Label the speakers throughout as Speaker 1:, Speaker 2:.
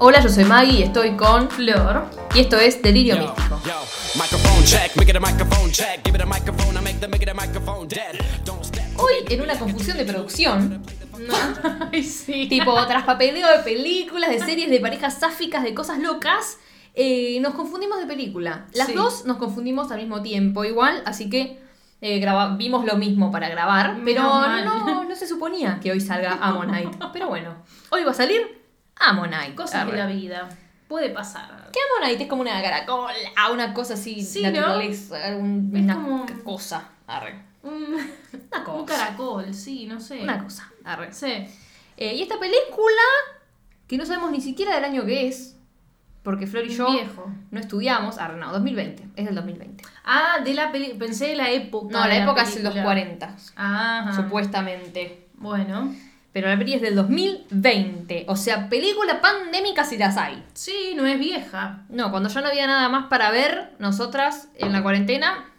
Speaker 1: Hola, yo soy Maggie y estoy con
Speaker 2: Flor.
Speaker 1: y esto es Delirio Místico.
Speaker 3: Yo, microphone check, make it a microphone check, give it a microphone, I make the make it a microphone dead. Don't step.
Speaker 1: Hoy, en una confusión de producción,
Speaker 2: No. Ay, sí.
Speaker 1: tipo traspapeleo de películas, de series, de parejas sáficas, de cosas locas, eh, nos confundimos de película. Las
Speaker 2: Sí.
Speaker 1: dos nos confundimos al mismo tiempo, igual, así que eh, graba- vimos lo mismo para grabar, pero
Speaker 2: Menos mal.
Speaker 1: no, no se suponía que hoy salga Ammonite. Pero bueno, hoy va a salir Ammonite.
Speaker 2: Cosas
Speaker 1: Arre.
Speaker 2: de la vida. Puede pasar.
Speaker 1: ¿Qué Ammonite? Es como una caracola, una cosa así,
Speaker 2: Sí, ¿no?
Speaker 1: naturaleza, algún-
Speaker 2: Es
Speaker 1: una
Speaker 2: como-
Speaker 1: c- cosa. Arre.
Speaker 2: Un,
Speaker 1: Una cosa.
Speaker 2: un caracol, sí, no sé.
Speaker 1: Una cosa. Arre.
Speaker 2: Sí.
Speaker 1: Eh, y esta película, que no sabemos ni siquiera del año que es, porque Flor y yo
Speaker 2: Viejo.
Speaker 1: no estudiamos, ah, no, 2020, es del 2020.
Speaker 2: Ah, de la peli pensé de la época.
Speaker 1: No,
Speaker 2: de
Speaker 1: la época es los
Speaker 2: película. Ah.
Speaker 1: 40,
Speaker 2: Ajá.
Speaker 1: supuestamente.
Speaker 2: Bueno.
Speaker 1: Pero la peli es del 2020, o sea, película pandémica si las hay.
Speaker 2: Sí, no es vieja.
Speaker 1: No, cuando ya no había nada más para ver, nosotras en la cuarentena,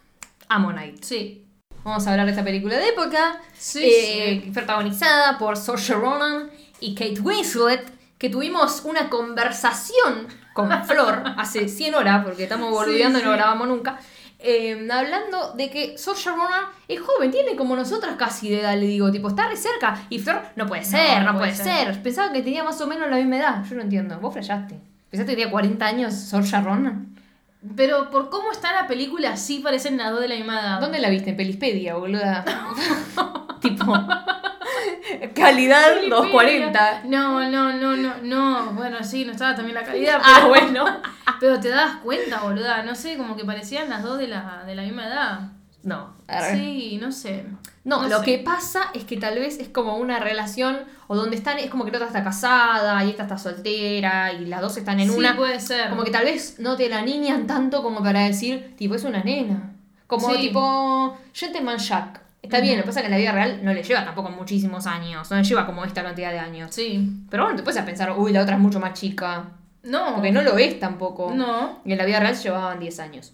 Speaker 1: Ammonite.
Speaker 2: Sí.
Speaker 1: Vamos a hablar de esta película de época,
Speaker 2: Sí,
Speaker 1: eh, protagonizada por Saoirse Ronan y Kate Winslet, que tuvimos una conversación con Flor hace 100 horas, porque estamos boludeando
Speaker 2: Sí,
Speaker 1: y no
Speaker 2: sí.
Speaker 1: grabamos nunca, eh, hablando de que Saoirse Ronan es joven, tiene como nosotras casi de edad, le digo, tipo, está re cerca, y Flor, no puede ser, no, puede, ser. pensaba que tenía más o menos la misma edad, yo no entiendo, vos flayaste, pensaste que tenía 40 años Saoirse Ronan,
Speaker 2: Pero por cómo está la película, sí parecen las dos de la misma edad.
Speaker 1: ¿dónde la viste? En Pelispedia, boluda, tipo... Calidad
Speaker 2: Sí,
Speaker 1: 240.
Speaker 2: pero- No, no, no, no, no. Bueno, sí, no estaba también la calidad.
Speaker 1: Ah,
Speaker 2: pero-
Speaker 1: bueno.
Speaker 2: Pero te das cuenta, boluda. No sé, como que parecían las dos de la, de la misma edad.
Speaker 1: No, arre.
Speaker 2: Sí, no sé.
Speaker 1: no, lo
Speaker 2: sé.
Speaker 1: que pasa es que tal vez es como una relación o donde están, es como que la otra está casada y esta está soltera y las dos están en
Speaker 2: Sí,
Speaker 1: una.
Speaker 2: puede ser.
Speaker 1: Como que tal vez no te la niñan tanto como para decir, tipo, es una nena. Como
Speaker 2: Sí.
Speaker 1: tipo, Gentleman Jack. Está bien, lo que pasa es que en la vida real no le lleva tampoco muchísimos años, no le lleva como esta cantidad de años.
Speaker 2: Sí.
Speaker 1: Pero bueno, te puedes pensar, uy, la otra es mucho más chica.
Speaker 2: No.
Speaker 1: Porque no lo es tampoco.
Speaker 2: No.
Speaker 1: Y en la vida real llevaban 10 años.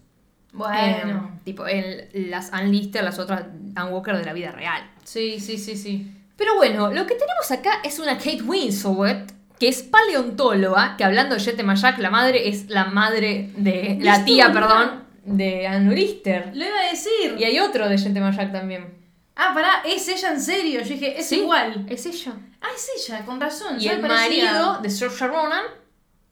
Speaker 2: Bueno.
Speaker 1: Eh, tipo, el- las Ann Lister, las otras Ann Walker de la vida real.
Speaker 2: Sí, sí, sí, sí.
Speaker 1: Pero bueno, lo que tenemos acá es una Kate Winslet, que es paleontóloga, que hablando de Jette Mayak, la madre es la madre de. la
Speaker 2: ¿Viste,
Speaker 1: tía,
Speaker 2: boluda?
Speaker 1: perdón, de Ann Lister.
Speaker 2: Lo iba a decir.
Speaker 1: Y hay otro de Jette Mayak también.
Speaker 2: Ah, pará, es ella en serio. Yo dije, es
Speaker 1: Sí,
Speaker 2: igual.
Speaker 1: Es ella.
Speaker 2: Ah, es ella, con razón.
Speaker 1: Y
Speaker 2: ya
Speaker 1: el
Speaker 2: me parecía.
Speaker 1: marido de Saoirse Ronan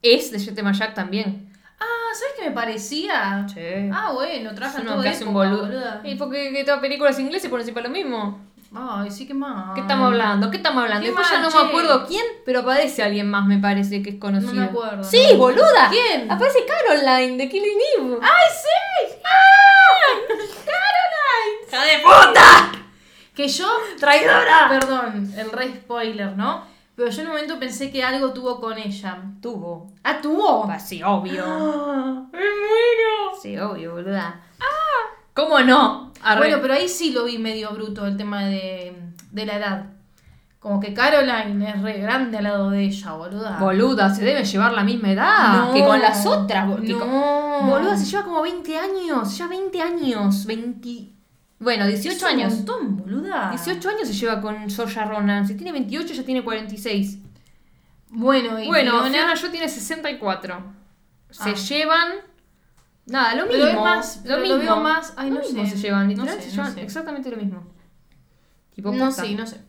Speaker 1: es de Jette Mayak también.
Speaker 2: Ah, ¿sabes qué me parecía?
Speaker 1: Sí.
Speaker 2: Ah, bueno,
Speaker 1: Es
Speaker 2: trabajan
Speaker 1: uno
Speaker 2: todo
Speaker 1: que hace
Speaker 2: eso,
Speaker 1: un boludo. Y porque que todas películas inglesas ponen siempre lo mismo.
Speaker 2: Ay, sí, qué mal.
Speaker 1: ¿Qué estamos hablando? ¿Qué estamos hablando?
Speaker 2: Ah. Qué
Speaker 1: Después ya
Speaker 2: mal,
Speaker 1: no me
Speaker 2: che.
Speaker 1: acuerdo quién, pero aparece alguien más, me parece, que es conocido.
Speaker 2: No me acuerdo,
Speaker 1: Sí,
Speaker 2: no.
Speaker 1: boluda.
Speaker 2: ¿Quién?
Speaker 1: Aparece Caroline de Killing Eve.
Speaker 2: ¡Ay, sí! ¡Ah! ¡Caroline!
Speaker 1: ¡Hija de puta!
Speaker 2: Que yo,
Speaker 1: ¡Traidora!
Speaker 2: perdón, el re spoiler, ¿no? Pero yo en un momento pensé que algo tuvo con ella.
Speaker 1: Tuvo.
Speaker 2: ¡Ah, tuvo!
Speaker 1: Ah, Sí, obvio.
Speaker 2: Ah, ¡Me muero!
Speaker 1: Sí, obvio, boluda. ¿Cómo no? Arre.
Speaker 2: Ah. Bueno, pero ahí sí lo vi medio bruto el tema de, de la edad. Como que Caroline es re grande al lado de ella, boluda. Ah,
Speaker 1: Boluda, se debe llevar la misma edad Ah,
Speaker 2: No.
Speaker 1: que con las otras. bo- que con-
Speaker 2: no.
Speaker 1: Boluda, se lleva como 20 años. Ya 20 años. 20... Bueno, 18
Speaker 2: Es
Speaker 1: años.
Speaker 2: Un montón, boluda.
Speaker 1: 18 años se lleva con Soya Ronan. Si tiene 28, ya tiene 46.
Speaker 2: Bueno, y
Speaker 1: Bueno,
Speaker 2: Fiona-
Speaker 1: Fiona yo tiene 64. Se
Speaker 2: Ah.
Speaker 1: llevan. Nada, lo mismo.
Speaker 2: Pero es más,
Speaker 1: lo
Speaker 2: pero lo
Speaker 1: mismo.
Speaker 2: veo más- ay,
Speaker 1: Lo
Speaker 2: no
Speaker 1: mismo
Speaker 2: sé.
Speaker 1: se llevan,
Speaker 2: No
Speaker 1: literal,
Speaker 2: sé,
Speaker 1: se
Speaker 2: no
Speaker 1: llevan
Speaker 2: sé.
Speaker 1: exactamente lo mismo. Tipo,
Speaker 2: no
Speaker 1: posta.
Speaker 2: sé, no sé.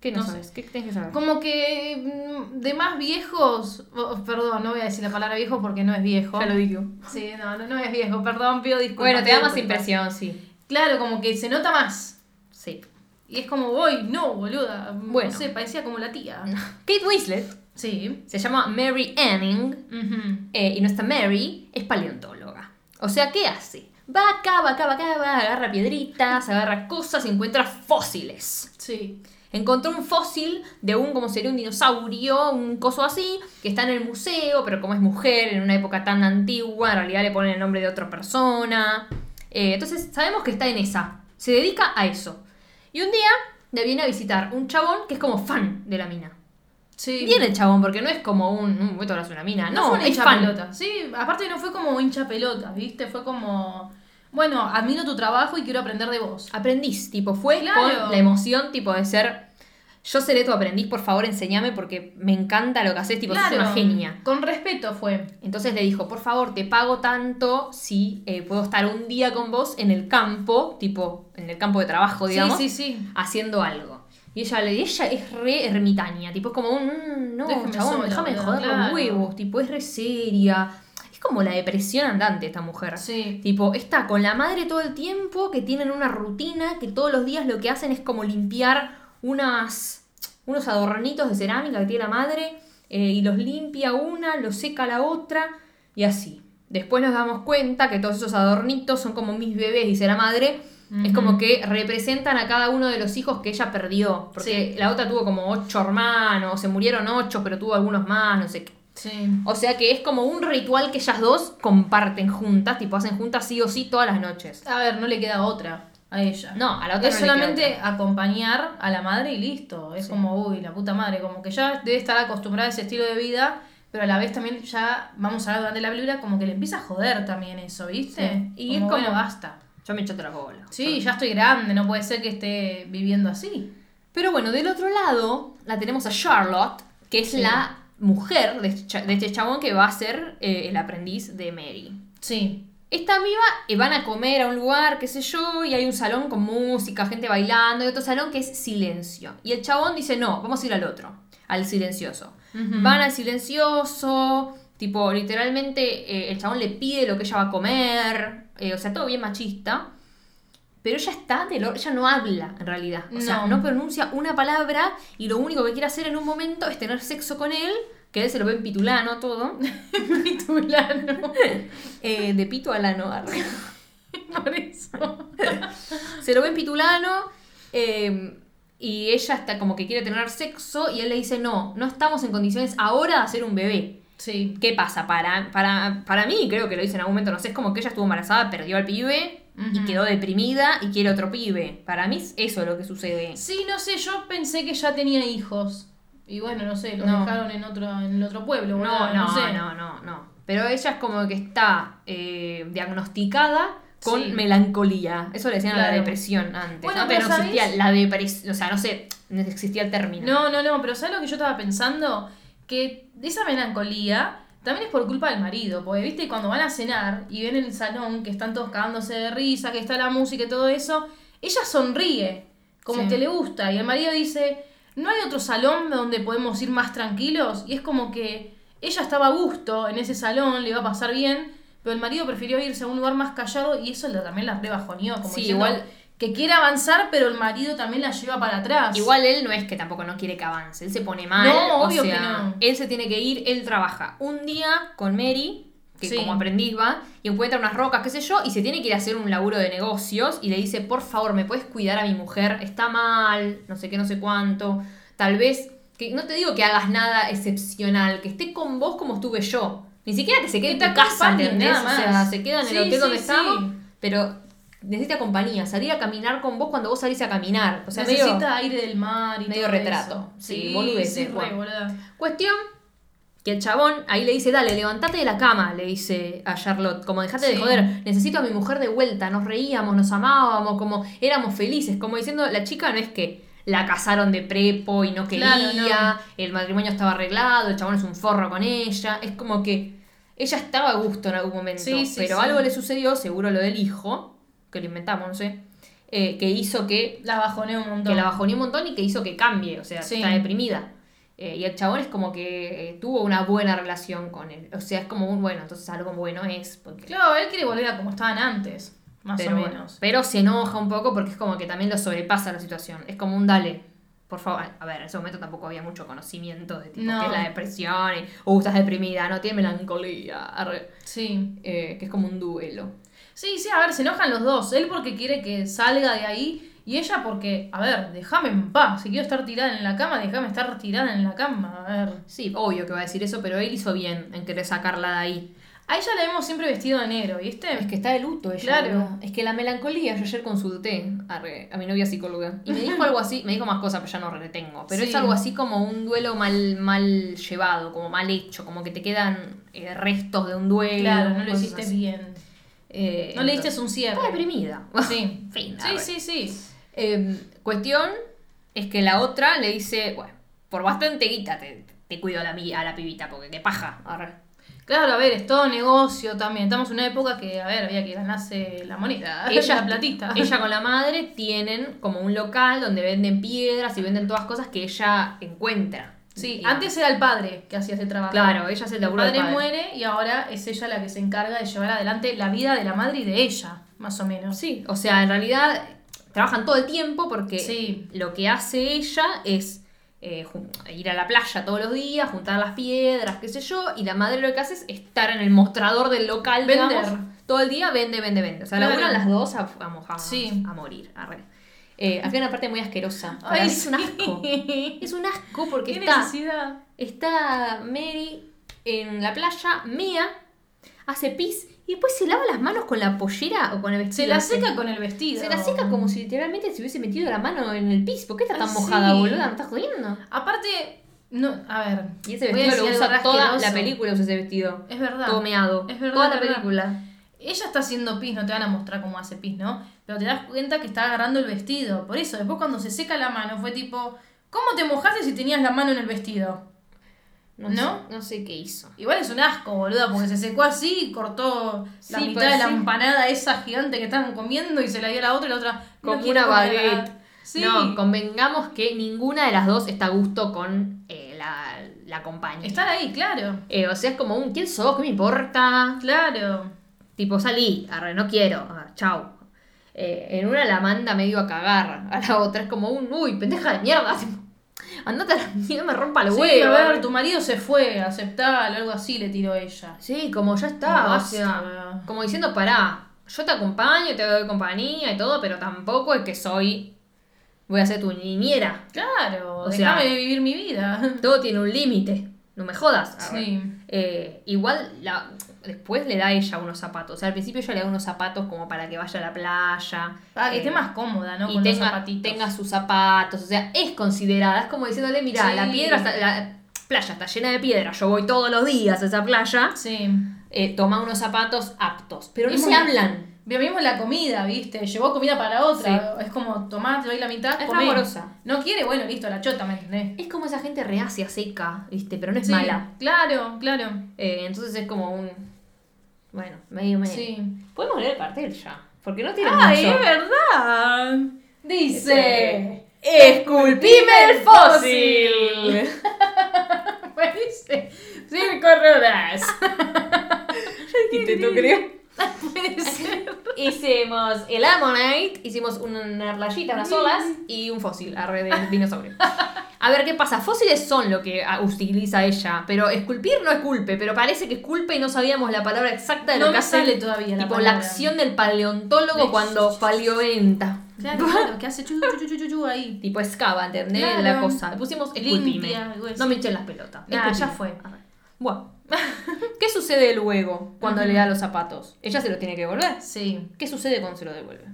Speaker 1: ¿Qué no,
Speaker 2: no
Speaker 1: sabes? ¿Qué tenés que saber?
Speaker 2: Como que mm, de más viejos, oh, perdón, no voy a decir la palabra viejo porque no es viejo.
Speaker 1: Ya lo digo.
Speaker 2: Sí, no, no, no es viejo, perdón, pido disculpas.
Speaker 1: Bueno, te da
Speaker 2: pido
Speaker 1: más
Speaker 2: disculpas.
Speaker 1: impresión, sí.
Speaker 2: Claro, como que se nota más.
Speaker 1: Sí.
Speaker 2: Y es como, voy, no, boluda.
Speaker 1: Bueno.
Speaker 2: No sé, parecía como la tía.
Speaker 1: Kate Winslet
Speaker 2: Sí.
Speaker 1: se llama Mary Anning
Speaker 2: Ujú.
Speaker 1: eh, y nuestra Mary es paleontóloga. O sea, ¿qué hace? Va acá, va acá, va acá, va, agarra piedritas, agarra cosas, encuentra fósiles.
Speaker 2: Sí.
Speaker 1: Encontró un fósil de un, como sería un dinosaurio, un coso así, que está en el museo, pero como es mujer, en una época tan antigua, en realidad le ponen el nombre de otra persona. Eh, entonces sabemos que está en esa, se dedica a eso. Y un día le viene a visitar un chabón que es como fan de la mina.
Speaker 2: Sí.
Speaker 1: Viene el chabón, porque no es como un, un "Vos te hablas de una mina,
Speaker 2: No,
Speaker 1: no,
Speaker 2: fue un
Speaker 1: es
Speaker 2: hincha
Speaker 1: fan.
Speaker 2: pelota. Sí, aparte no fue como hincha pelota, ¿viste? Fue como, bueno,
Speaker 1: Ah,
Speaker 2: admiro tu trabajo y quiero aprender de vos.
Speaker 1: Aprendiz, tipo, fue
Speaker 2: Claro.
Speaker 1: con la emoción, tipo, de ser yo seré tu aprendiz, por favor, enséñame porque me encanta lo que haces, tipo, sos una genia.
Speaker 2: Con respeto fue.
Speaker 1: Entonces le dijo, por favor, te pago tanto si eh, puedo estar un día con vos en el campo, tipo, en el campo de trabajo, digamos,
Speaker 2: Sí, sí, sí.
Speaker 1: haciendo algo. Y ella le ella es re ermitaña, tipo, es como un, "Mm, no,
Speaker 2: Déjame
Speaker 1: chabón,
Speaker 2: sola,
Speaker 1: déjame de
Speaker 2: boludo,
Speaker 1: joder los
Speaker 2: claro.
Speaker 1: huevos, tipo, es re seria. Es como la depresión andante esta mujer.
Speaker 2: Sí.
Speaker 1: Tipo, está con la madre todo el tiempo, que tienen una rutina, que todos los días lo que hacen es como limpiar unas, unos adornitos de cerámica que tiene la madre, eh, y los limpia una, los seca la otra, y así. Después nos damos cuenta que todos esos adornitos son como mis bebés, dice la madre. Es como que representan a cada uno de los hijos que ella perdió. Porque
Speaker 2: Sí.
Speaker 1: la otra tuvo como ocho hermanos, se murieron ocho, pero tuvo algunos más, no sé qué.
Speaker 2: Sí.
Speaker 1: O sea que es como un ritual que ellas dos comparten juntas, tipo hacen juntas sí o sí todas las noches.
Speaker 2: A ver, no le queda otra a ella.
Speaker 1: No, a la otra no
Speaker 2: Es
Speaker 1: le queda
Speaker 2: solamente acompañar a la madre y listo. Es como, uy, la puta madre. Como que ya debe estar acostumbrada a ese estilo de vida, pero a la vez también ya, vamos a hablar durante la película, como que le empieza a joder también eso, ¿viste?
Speaker 1: Sí. Y es
Speaker 2: bueno,
Speaker 1: como-
Speaker 2: basta.
Speaker 1: Yo me echo las bolas.
Speaker 2: Sí, ya estoy grande, no puede ser que esté viviendo así.
Speaker 1: Pero bueno, del otro lado la tenemos a Charlotte, que es
Speaker 2: Sí.
Speaker 1: la mujer de este, cha- de este chabón que va a ser eh, el aprendiz de Mary.
Speaker 2: Sí.
Speaker 1: Esta viva eh, van a comer a un lugar, qué sé yo, y hay un salón con música, gente bailando, y otro salón que es silencio. Y el chabón dice, no, vamos a ir al otro, al silencioso.
Speaker 2: Ujú.
Speaker 1: Van al silencioso, tipo, literalmente eh, el chabón le pide lo que ella va a comer, eh, o sea, todo bien machista. Pero ella está, de lo, ella no habla en realidad. O sea,
Speaker 2: No.
Speaker 1: no pronuncia una palabra y lo único que quiere hacer en un momento es tener sexo con él, que él se lo ve en pitulano todo.
Speaker 2: Pitulano.
Speaker 1: Eh, de pito al ano. arre.
Speaker 2: Por eso.
Speaker 1: Se lo ve en Pitulano eh, y ella está como que quiere tener sexo y él le dice, no, no estamos en condiciones ahora de hacer un bebé.
Speaker 2: Sí.
Speaker 1: ¿Qué pasa? Para, para, para mí, creo que lo dice en algún momento, no sé, es como que ella estuvo embarazada, perdió al pibe y
Speaker 2: Ujú.
Speaker 1: quedó deprimida y quiere otro pibe. Para mí es eso lo que sucede.
Speaker 2: Sí, no sé, yo pensé que ya tenía hijos. Y bueno, no sé, los
Speaker 1: No.
Speaker 2: dejaron en otro, en el otro
Speaker 1: No,
Speaker 2: pueblo. boludo,
Speaker 1: no,
Speaker 2: sé.
Speaker 1: no, no, no. Pero ella es como que está eh, diagnosticada con
Speaker 2: Sí.
Speaker 1: melancolía. Eso le decían a la
Speaker 2: Claro.
Speaker 1: depresión antes.
Speaker 2: Bueno,
Speaker 1: ¿no?
Speaker 2: pero
Speaker 1: Pero no
Speaker 2: ¿sabés?
Speaker 1: existía la depresión, o sea, no sé, no existía el término.
Speaker 2: No, no, no, pero ¿sabes lo que yo estaba pensando? Que esa melancolía también es por culpa del marido, porque viste, cuando van a cenar y ven el salón que están todos cagándose de risa, que está la música y todo eso, ella sonríe, como
Speaker 1: Sí.
Speaker 2: que le gusta, y el marido dice, ¿no hay otro salón donde podemos ir más tranquilos? Y es como que ella estaba a gusto en ese salón, le iba a pasar bien, pero el marido prefirió irse a un lugar más callado y eso la- también la rebajoneó, como
Speaker 1: Sí,
Speaker 2: diciendo
Speaker 1: igual-
Speaker 2: que quiere avanzar, pero el marido también la lleva para atrás.
Speaker 1: Igual él no es que tampoco no quiere que avance, él se pone mal.
Speaker 2: No,
Speaker 1: o
Speaker 2: obvio
Speaker 1: sea,
Speaker 2: que no.
Speaker 1: Él se tiene que ir, él trabaja un día con Mary, que
Speaker 2: Sí.
Speaker 1: como aprendiz va, y encuentra unas rocas, qué sé yo, y se tiene que ir a hacer un laburo de negocios y le dice, por favor, ¿me puedes cuidar a mi mujer? Está mal, no sé qué, no sé cuánto. Tal vez, que no te digo que hagas nada excepcional, que esté con vos como estuve yo. Ni siquiera que se quede
Speaker 2: Que te
Speaker 1: en tu casa,
Speaker 2: acompañe,
Speaker 1: ¿entendés?
Speaker 2: nada
Speaker 1: O sea,
Speaker 2: más.
Speaker 1: se queda en el
Speaker 2: Sí,
Speaker 1: hotel
Speaker 2: sí,
Speaker 1: donde
Speaker 2: sí.
Speaker 1: estamos, pero necesita compañía, salir a caminar con vos cuando vos salís a caminar. O sea, medio-
Speaker 2: Necesita aire del mar y
Speaker 1: medio
Speaker 2: todo
Speaker 1: retrato.
Speaker 2: eso.
Speaker 1: Sí, boludeces,
Speaker 2: sí, re,
Speaker 1: bueno.
Speaker 2: boluda.
Speaker 1: Cuestión que el chabón ahí le dice, dale, levantate de la cama, le dice a Charlotte, como dejate de
Speaker 2: Sí.
Speaker 1: joder, necesito a mi mujer de vuelta, nos reíamos, nos amábamos, como éramos felices, como diciendo, la chica no es que la casaron de prepo y no quería,
Speaker 2: Claro, no.
Speaker 1: el matrimonio estaba arreglado, el chabón es un forro con ella, es como que ella estaba a gusto en algún momento,
Speaker 2: Sí, sí,
Speaker 1: pero
Speaker 2: sí.
Speaker 1: algo le sucedió, seguro lo del hijo, que lo inventamos, no sé, eh, que hizo que
Speaker 2: La bajoneó un montón.
Speaker 1: que la bajoneó un montón y que hizo que cambie, o sea,
Speaker 2: Sí.
Speaker 1: está deprimida. Eh, y el chabón es como que eh, tuvo una buena relación con él. O sea, es como un bueno, entonces algo bueno es. Porque,
Speaker 2: Claro, él quiere volver a como estaban antes, más
Speaker 1: pero,
Speaker 2: o
Speaker 1: bueno.
Speaker 2: menos.
Speaker 1: pero se enoja un poco porque es como que también lo sobrepasa la situación. Es como un dale. Por favor, a ver, en ese momento tampoco había mucho conocimiento de tipo,
Speaker 2: No.
Speaker 1: qué es la depresión, y, uh, estás deprimida, no tiene melancolía, arre.
Speaker 2: Sí.
Speaker 1: Eh, que es como un duelo.
Speaker 2: Sí, sí, a ver, se enojan los dos. Él porque quiere que salga de ahí y ella porque, a ver, déjame en paz. Si quiero estar tirada en la cama, déjame estar tirada en la cama. A ver.
Speaker 1: Sí, obvio que va a decir eso, pero él hizo bien en querer sacarla de ahí.
Speaker 2: A ella la vemos siempre vestido de negro, ¿viste?
Speaker 1: Es que está de luto ella.
Speaker 2: Claro.
Speaker 1: boludo. Es que la melancolía, yo ayer consulté arre, a, mi novia psicóloga y me dijo algo así, me dijo más cosas, pero ya no retengo. Pero
Speaker 2: Sí.
Speaker 1: es algo así como un duelo mal, mal llevado, como mal hecho, como que te quedan eh, restos de un duelo.
Speaker 2: claro, no lo
Speaker 1: cosas
Speaker 2: hiciste
Speaker 1: así.
Speaker 2: bien.
Speaker 1: Eh,
Speaker 2: No le diste
Speaker 1: entonces-
Speaker 2: un cierre.
Speaker 1: Está deprimida.
Speaker 2: Sí.
Speaker 1: Fin,
Speaker 2: sí,
Speaker 1: arre.
Speaker 2: sí, sí.
Speaker 1: Eh, Em, cuestión es que la otra le dice, bueno, por bastante guita te, te cuido a la, mi- a la pibita, porque qué paja. arre".
Speaker 2: Claro, a ver, es todo negocio también. Estamos en una época que, a ver, había que ganarse la moneda. Ella la platita.
Speaker 1: Ella con la madre tienen como un local donde venden piedras y venden todas cosas que ella encuentra.
Speaker 2: Sí,
Speaker 1: Y-
Speaker 2: antes era el padre que hacía ese trabajo.
Speaker 1: Claro, ella es el
Speaker 2: El
Speaker 1: laburo del
Speaker 2: padre,
Speaker 1: padre.
Speaker 2: muere y ahora es ella la que se encarga de llevar adelante la vida de la madre y de ella, más o menos.
Speaker 1: Sí, o sea, en realidad trabajan todo el tiempo porque
Speaker 2: Sí.
Speaker 1: lo que hace ella es eh, jun- ir a la playa todos los días, juntar las piedras, qué sé yo, y la madre lo que hace es estar en el mostrador del local,
Speaker 2: Vender.
Speaker 1: digamos, todo el día vende, vende, vende. O sea,
Speaker 2: Claro.
Speaker 1: laburan las dos a, a mo- a-
Speaker 2: Sí.
Speaker 1: a morir, arre. Eh, acá hay una parte muy asquerosa. Para mí es un asco.
Speaker 2: ¿Qué
Speaker 1: Es un asco porque está,
Speaker 2: necesidad?
Speaker 1: está Mary en la playa, mía, hace pis y después se lava las manos con la pollera o con el vestido.
Speaker 2: Se la
Speaker 1: ese.
Speaker 2: seca con el vestido.
Speaker 1: Se la seca como si literalmente se hubiese metido la mano en el pis. ¿Por qué está tan
Speaker 2: Ay,
Speaker 1: mojada,
Speaker 2: sí.
Speaker 1: boluda? ¿Me estás jodiendo?
Speaker 2: Aparte, no, a ver.
Speaker 1: Y ese
Speaker 2: voy a
Speaker 1: vestido lo
Speaker 2: decir
Speaker 1: usa
Speaker 2: algo
Speaker 1: toda
Speaker 2: asqueroso.
Speaker 1: la película, usa ese vestido.
Speaker 2: Es verdad.
Speaker 1: Todo meado.
Speaker 2: Es verdad,
Speaker 1: Toda la
Speaker 2: es verdad.
Speaker 1: película.
Speaker 2: Ella está haciendo pis, no te van a mostrar cómo hace pis, ¿no? Pero te das cuenta que está agarrando el vestido. Por eso, después cuando se seca la mano, fue tipo, ¿cómo te mojaste si tenías la mano en el vestido?
Speaker 1: No,
Speaker 2: ¿No?
Speaker 1: Sé, no sé qué hizo.
Speaker 2: Igual es un asco, boluda, porque se secó así y cortó la
Speaker 1: Sí,
Speaker 2: mitad de la
Speaker 1: pues sí.
Speaker 2: empanada esa gigante que estaban comiendo y se la dio a la otra y la otra. no
Speaker 1: Como
Speaker 2: quiero
Speaker 1: una
Speaker 2: comerla.
Speaker 1: baguette.
Speaker 2: Sí.
Speaker 1: No, convengamos que ninguna de las dos está a gusto con eh, la, la compañía.
Speaker 2: Estar ahí, claro.
Speaker 1: Eh, o sea, es como un ¿quién sos? ¿Qué me importa?
Speaker 2: Claro.
Speaker 1: Tipo, salí, arre, no quiero, ah, chau. Eh, en una la manda medio a cagar, a la otra es como un, uy, pendeja de mierda, tipo, andate a la mierda, me rompa el
Speaker 2: Sí,
Speaker 1: huevo.
Speaker 2: a ver, tu marido se fue, aceptalo, algo así le tiró ella.
Speaker 1: Sí, como ya está,
Speaker 2: No,
Speaker 1: o
Speaker 2: basta.
Speaker 1: sea, como diciendo, pará, yo te acompaño, te doy compañía y todo, pero tampoco es que soy, voy a ser tu niñera.
Speaker 2: Claro,
Speaker 1: O sea-
Speaker 2: déjame vivir mi vida.
Speaker 1: Todo tiene un límite, no me jodas. arre.
Speaker 2: Sí.
Speaker 1: Eh, igual la, después le da ella unos zapatos, o sea, al principio ella le da unos zapatos como para que vaya a la playa.
Speaker 2: Para Ah, que
Speaker 1: eh,
Speaker 2: esté más cómoda, ¿no?
Speaker 1: y
Speaker 2: Con los
Speaker 1: tenga,
Speaker 2: zapatitos.
Speaker 1: tenga sus zapatos, o sea, es considerada, es como diciéndole, mira,
Speaker 2: Sí.
Speaker 1: la piedra, está- la playa está llena de piedra, yo voy todos los días a esa playa,
Speaker 2: Sí.
Speaker 1: eh, toma unos zapatos aptos, pero no
Speaker 2: Es
Speaker 1: se
Speaker 2: muy-
Speaker 1: hablan,
Speaker 2: Vimos la comida, ¿viste? Llevó comida para otra. Es como, tomá, te doy la mitad,
Speaker 1: es
Speaker 2: comé.
Speaker 1: amorosa.
Speaker 2: No quiere, bueno, listo, la chota, ¿me entendés?
Speaker 1: Es como esa gente reacia, seca, viste, pero no es
Speaker 2: Sí,
Speaker 1: mala.
Speaker 2: Claro, claro.
Speaker 1: Eh, entonces es como un, bueno, medio medio.
Speaker 2: Sí.
Speaker 1: Podemos leer el cartel ya, porque no tiene
Speaker 2: ¡Ay,
Speaker 1: mucho.
Speaker 2: es verdad! Dice. Este,
Speaker 1: esculpime
Speaker 2: el fósil". Me dice. Circo Rodas.
Speaker 1: Intento creo.
Speaker 2: Puede ser.
Speaker 1: Hicimos el Ammonite, hicimos una rayita, unas olas y un fósil, arre de dinosaurio. A ver qué pasa. Fósiles son lo que ah, utiliza ella, pero esculpir no esculpe, pero parece que esculpe y no sabíamos la palabra exacta de lo
Speaker 2: No
Speaker 1: que
Speaker 2: me
Speaker 1: hace.
Speaker 2: sale todavía la
Speaker 1: tipo la
Speaker 2: palabra.
Speaker 1: acción del paleontólogo
Speaker 2: Sí.
Speaker 1: cuando paleoventa.
Speaker 2: Claro, claro, que hace chu, chu, chu, chu, chu, chu ahí.
Speaker 1: Tipo excava, ¿entendés?
Speaker 2: Claro.
Speaker 1: La cosa. Le pusimos esculpime.
Speaker 2: Limpia, algo así.
Speaker 1: no me echen las pelotas.
Speaker 2: Nah,
Speaker 1: Esculpime.
Speaker 2: ya fue.
Speaker 1: Arre. Bueno. ¿Qué sucede luego cuando le da los zapatos? Ella se los tiene que devolver.
Speaker 2: Sí.
Speaker 1: ¿Qué sucede cuando se los devuelve?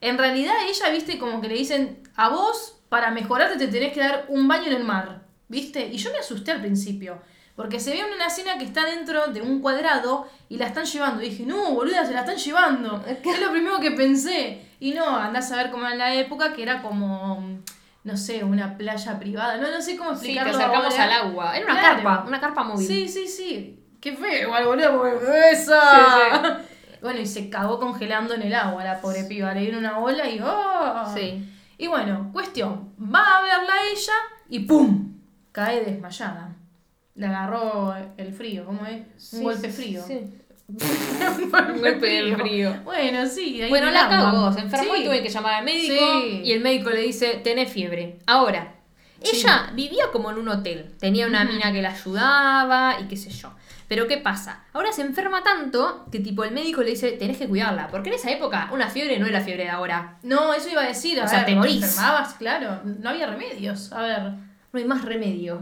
Speaker 2: En realidad ella, viste, como que le dicen, a vos, para mejorarte te tenés que dar un baño en el mar, viste. Y yo me asusté al principio, porque se ve en una escena que está dentro de un cuadrado y la están llevando. Y dije, no, boluda, se la están llevando. Es lo primero que pensé. Y no, andás a ver cómo era en la época, que era como, no sé, una playa privada. No, no sé cómo
Speaker 1: Sí, te
Speaker 2: explicarlo
Speaker 1: acercamos
Speaker 2: ahora.
Speaker 1: al agua. Era una
Speaker 2: Claro.
Speaker 1: carpa, una carpa móvil.
Speaker 2: Sí, sí, sí. Qué feo, igual, boludo, porque esa. Bueno, y se cagó congelando en el agua la pobre piba. Le dieron una ola y ¡oh!
Speaker 1: Sí.
Speaker 2: Y bueno, cuestión. Va a verla ella y ¡pum! Cae desmayada. Le agarró el frío, ¿cómo es? Un golpe frío. Un golpe,
Speaker 1: golpe del frío.
Speaker 2: Bueno, sí. ahí
Speaker 1: Bueno,
Speaker 2: en
Speaker 1: la
Speaker 2: el agua.
Speaker 1: cagó, se enfermó
Speaker 2: Sí.
Speaker 1: y tuve que llamar al médico.
Speaker 2: Sí.
Speaker 1: Y el médico le dice, tenés fiebre. Ahora,
Speaker 2: Sí.
Speaker 1: ella vivía como en un hotel. Tenía una
Speaker 2: Ujú.
Speaker 1: mina que la ayudaba y qué sé yo. Pero ¿qué pasa? Ahora se enferma tanto que tipo el médico le dice, tenés que cuidarla. Porque en esa época una fiebre no es la fiebre de ahora.
Speaker 2: No, eso iba a decir.
Speaker 1: O
Speaker 2: a
Speaker 1: sea,
Speaker 2: ver,
Speaker 1: te morís.
Speaker 2: enfermabas, claro. No había remedios. A ver.
Speaker 1: No hay más remedio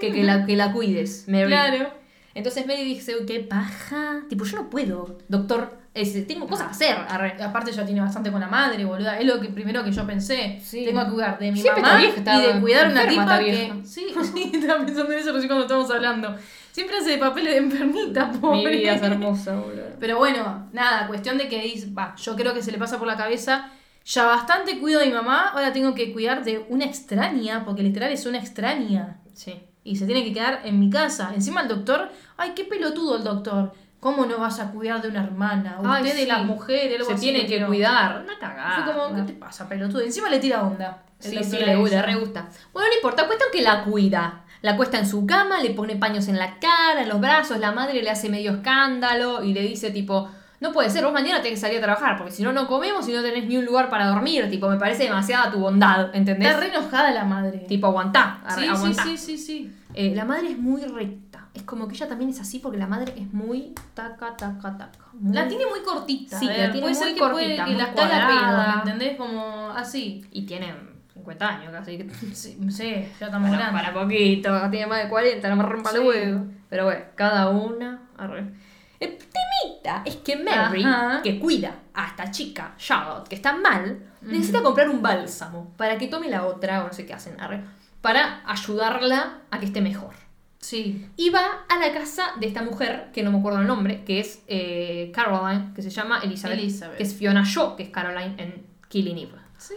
Speaker 1: que que la, que la cuides, Mary.
Speaker 2: Ah. Claro.
Speaker 1: Entonces Mary dice, "Uy, qué paja. Tipo, yo no puedo, doctor. Es- tengo cosas que hacer. Arre.
Speaker 2: Aparte ya tiene bastante con la madre, boluda. Es lo que primero que yo pensé.
Speaker 1: Sí.
Speaker 2: Tengo que cuidar de mi
Speaker 1: Siempre
Speaker 2: mamá
Speaker 1: está vieja,
Speaker 2: y de
Speaker 1: está
Speaker 2: cuidar una
Speaker 1: enferma,
Speaker 2: tipa
Speaker 1: está
Speaker 2: que...
Speaker 1: vieja.
Speaker 2: Sí, sí, estaba pensando en eso recién cuando estábamos hablando. Siempre hace de papeles de enfermita, pobre.
Speaker 1: hermosa, boludo.
Speaker 2: Pero bueno, nada, cuestión de que dice, va, yo creo que se le pasa por la cabeza ya bastante cuido a mi mamá, ahora tengo que cuidar de una extraña, porque literal es una extraña.
Speaker 1: Sí.
Speaker 2: Y se tiene que quedar en mi casa. Encima el doctor, ay, qué pelotudo el doctor. ¿Cómo no vas a cuidar de una hermana? Usted
Speaker 1: Ay,
Speaker 2: de
Speaker 1: sí.
Speaker 2: las mujeres, algo
Speaker 1: Se
Speaker 2: así,
Speaker 1: tiene que
Speaker 2: pero-
Speaker 1: cuidar. Una cagada.
Speaker 2: Fue como, ¿qué te pasa, pelotudo? Encima le tira onda. el
Speaker 1: Sí,
Speaker 2: doctor
Speaker 1: sí,
Speaker 2: a
Speaker 1: le gusta,
Speaker 2: ella.
Speaker 1: re gusta. Bueno, no importa, cuestión que la cuida. La cuesta en su cama, le pone paños en la cara, en los brazos, la madre le hace medio escándalo y le dice tipo, no puede ser, vos mañana tenés que salir a trabajar, porque si no, no comemos y no tenés ni un lugar para dormir, tipo, me parece demasiada tu bondad, ¿entendés?
Speaker 2: Está re enojada la madre.
Speaker 1: Tipo, aguantá, arre-
Speaker 2: sí, sí,
Speaker 1: aguantá.
Speaker 2: sí, sí, sí.
Speaker 1: Eh, la madre es muy recta, es como que ella también es así porque la madre es muy taca, taca, taca. muy-
Speaker 2: La tiene muy cortita.
Speaker 1: Mm. Sí,
Speaker 2: a
Speaker 1: la
Speaker 2: ver,
Speaker 1: tiene
Speaker 2: puede
Speaker 1: muy
Speaker 2: ser que
Speaker 1: cortita,
Speaker 2: puede que
Speaker 1: muy
Speaker 2: la cala
Speaker 1: cuadrada.
Speaker 2: pedo, ¿entendés? Como así.
Speaker 1: Y tiene 50 años casi. que-
Speaker 2: Sí, sí, ya estamos
Speaker 1: Para,
Speaker 2: grandes.
Speaker 1: para poquito, tiene más de 40, no me rompa el
Speaker 2: Sí.
Speaker 1: huevo. Pero bueno, cada una. arre. El temita es que Mary,
Speaker 2: Ajá.
Speaker 1: que cuida a esta chica, Charlotte, que está mal, necesita comprar un bálsamo para que tome la otra, o no sé qué hacen, arre, para ayudarla a que esté mejor.
Speaker 2: Sí.
Speaker 1: Y va a la casa de esta mujer, que no me acuerdo el nombre, que es eh, Caroline, que se llama Elizabeth,
Speaker 2: Elizabeth.
Speaker 1: que es Fiona Shaw, que es Caroline en Killing Eve.
Speaker 2: Sí.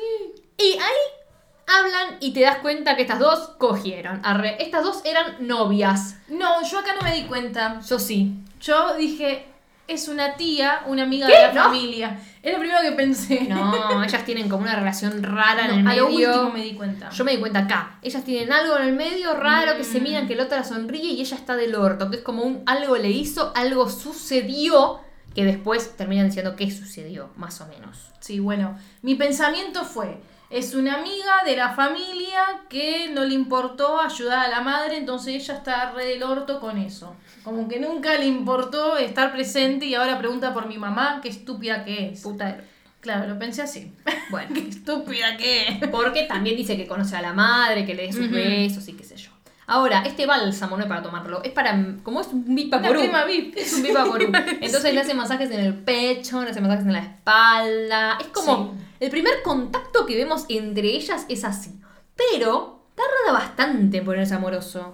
Speaker 1: Y ahí hablan y te das cuenta que estas dos cogieron. Arre, estas dos eran novias.
Speaker 2: No, yo acá no me di cuenta.
Speaker 1: Yo sí.
Speaker 2: Yo dije, es una tía, una amiga
Speaker 1: ¿Qué?
Speaker 2: de la
Speaker 1: No.
Speaker 2: familia. Es lo primero que pensé.
Speaker 1: No, ellas tienen como una relación rara en el
Speaker 2: No, a lo
Speaker 1: medio.
Speaker 2: último me di cuenta. Mm.
Speaker 1: Yo me di cuenta acá. Ellas tienen algo en el medio raro que se miran que la otra sonríe y ella está del orto. Que es como un algo le hizo, algo sucedió. Que después terminan diciendo qué sucedió, más o menos.
Speaker 2: Sí, bueno, mi pensamiento fue, es una amiga de la familia que no le importó ayudar a la madre, entonces ella está re del orto con eso. Como que nunca le importó estar presente y ahora pregunta por mi mamá, qué estúpida que es.
Speaker 1: Puta del-
Speaker 2: Claro, lo pensé así.
Speaker 1: Bueno.
Speaker 2: qué estúpida que es.
Speaker 1: Porque también dice que conoce a la madre, que le dé sus
Speaker 2: Ujú.
Speaker 1: besos y qué sé yo. Ahora, este bálsamo no es para tomarlo, es para. como es un
Speaker 2: Una
Speaker 1: bipaporú.
Speaker 2: crema VIP.
Speaker 1: Es un bipaporú. Entonces le hace masajes en el pecho, le hace masajes en la espalda. Es como. El primer contacto que vemos entre ellas es así. Pero tarda bastante en ponerse amoroso.